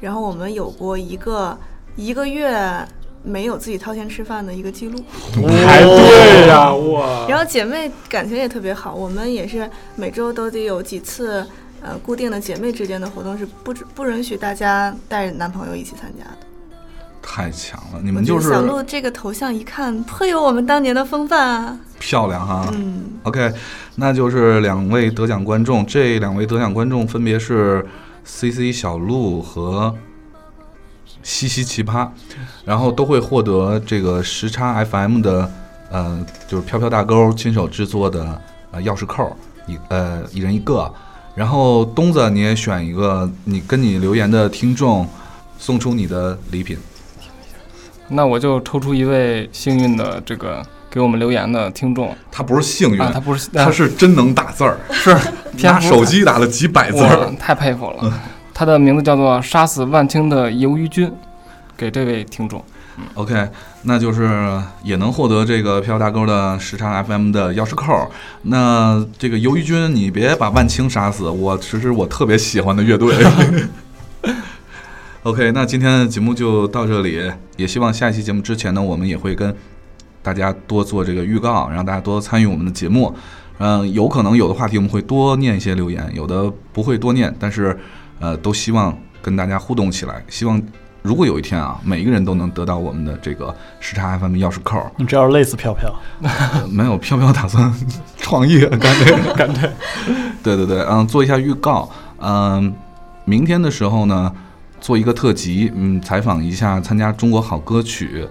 然后我们有过一个一个月没有自己掏钱吃饭的一个记录。
排队呀，
哦
我
然后姐妹感情也特别好，我们也是每周都得有几次，呃，固定的姐妹之间的活动是不准不允许大家带着男朋友一起参加的。
太强了，你们就
我觉
是
得小鹿这个头像一看颇有我们当年的风范啊。
漂亮哈。
嗯，
OK，那就是两位得奖观众，这两位得奖观众分别是 CC 小鹿和西西奇葩，然后都会获得这个时差 FM 的呃，就是飘飘大钩亲手制作的呃钥匙扣，一呃一人一个。然后东子你也选一个，你跟你留言的听众送出你的礼品。
那我就抽出一位幸运的这个给我们留言的听众
他不是幸运，
啊，他不是
他是真能打字儿，
是
拿手机打了几百字儿嗯
我。太佩服了。 他的名字叫做“杀死万青的鱿鱼君”，给这位听众。
OK，那就是也能获得这个飘大钩的时差 FM 的钥匙扣。那这个鱿鱼君，你别把万青杀死，我其实我特别喜欢的乐队。OK，那今天的节目就到这里，也希望下一期节目之前呢，我们也会跟大家多做这个预告，让大家多参与我们的节目。嗯，有可能有的话题我们会多念一些留言，有的不会多念，但是呃，都希望跟大家互动起来。希望如果有一天啊，每一个人都能得到我们的这个时差 FM 钥匙扣，
你这要是累死飘飘，
呃 没有飘飘打算创业，干这个 干这个。对对对，嗯，做一下预告，嗯，明天的时候呢，做一个特辑，嗯，采访一下参加中国好歌曲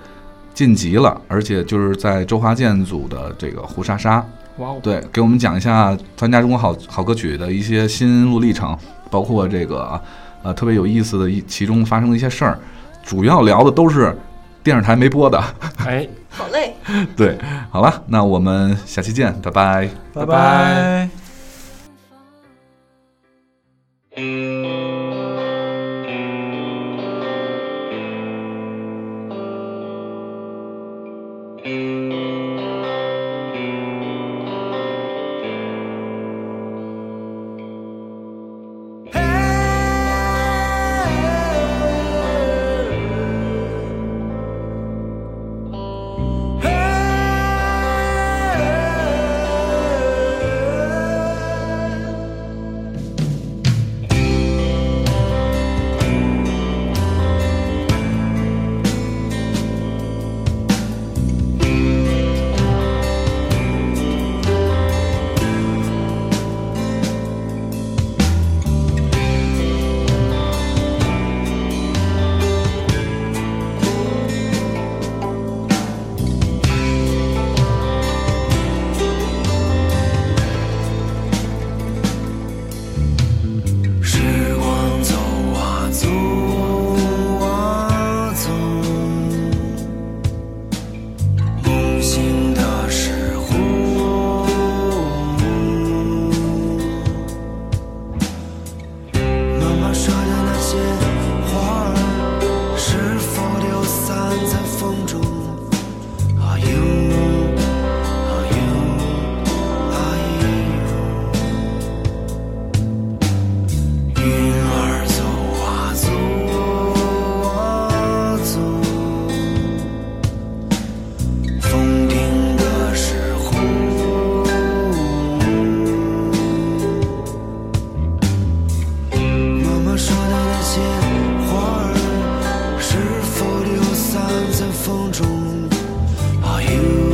晋级了，而且就是在周华健组的这个胡莎莎，
哇哦，
对，给我们讲一下参加中国好好歌曲的一些心路历程，包括这个呃特别有意思的一其中发生的一些事儿，主要聊的都是电视台没播的。
哎，
好嘞。
对，好了，那我们下期见，拜拜。
拜
拜拜
嘿。啊啊啊风中，Are you？Oh, oh.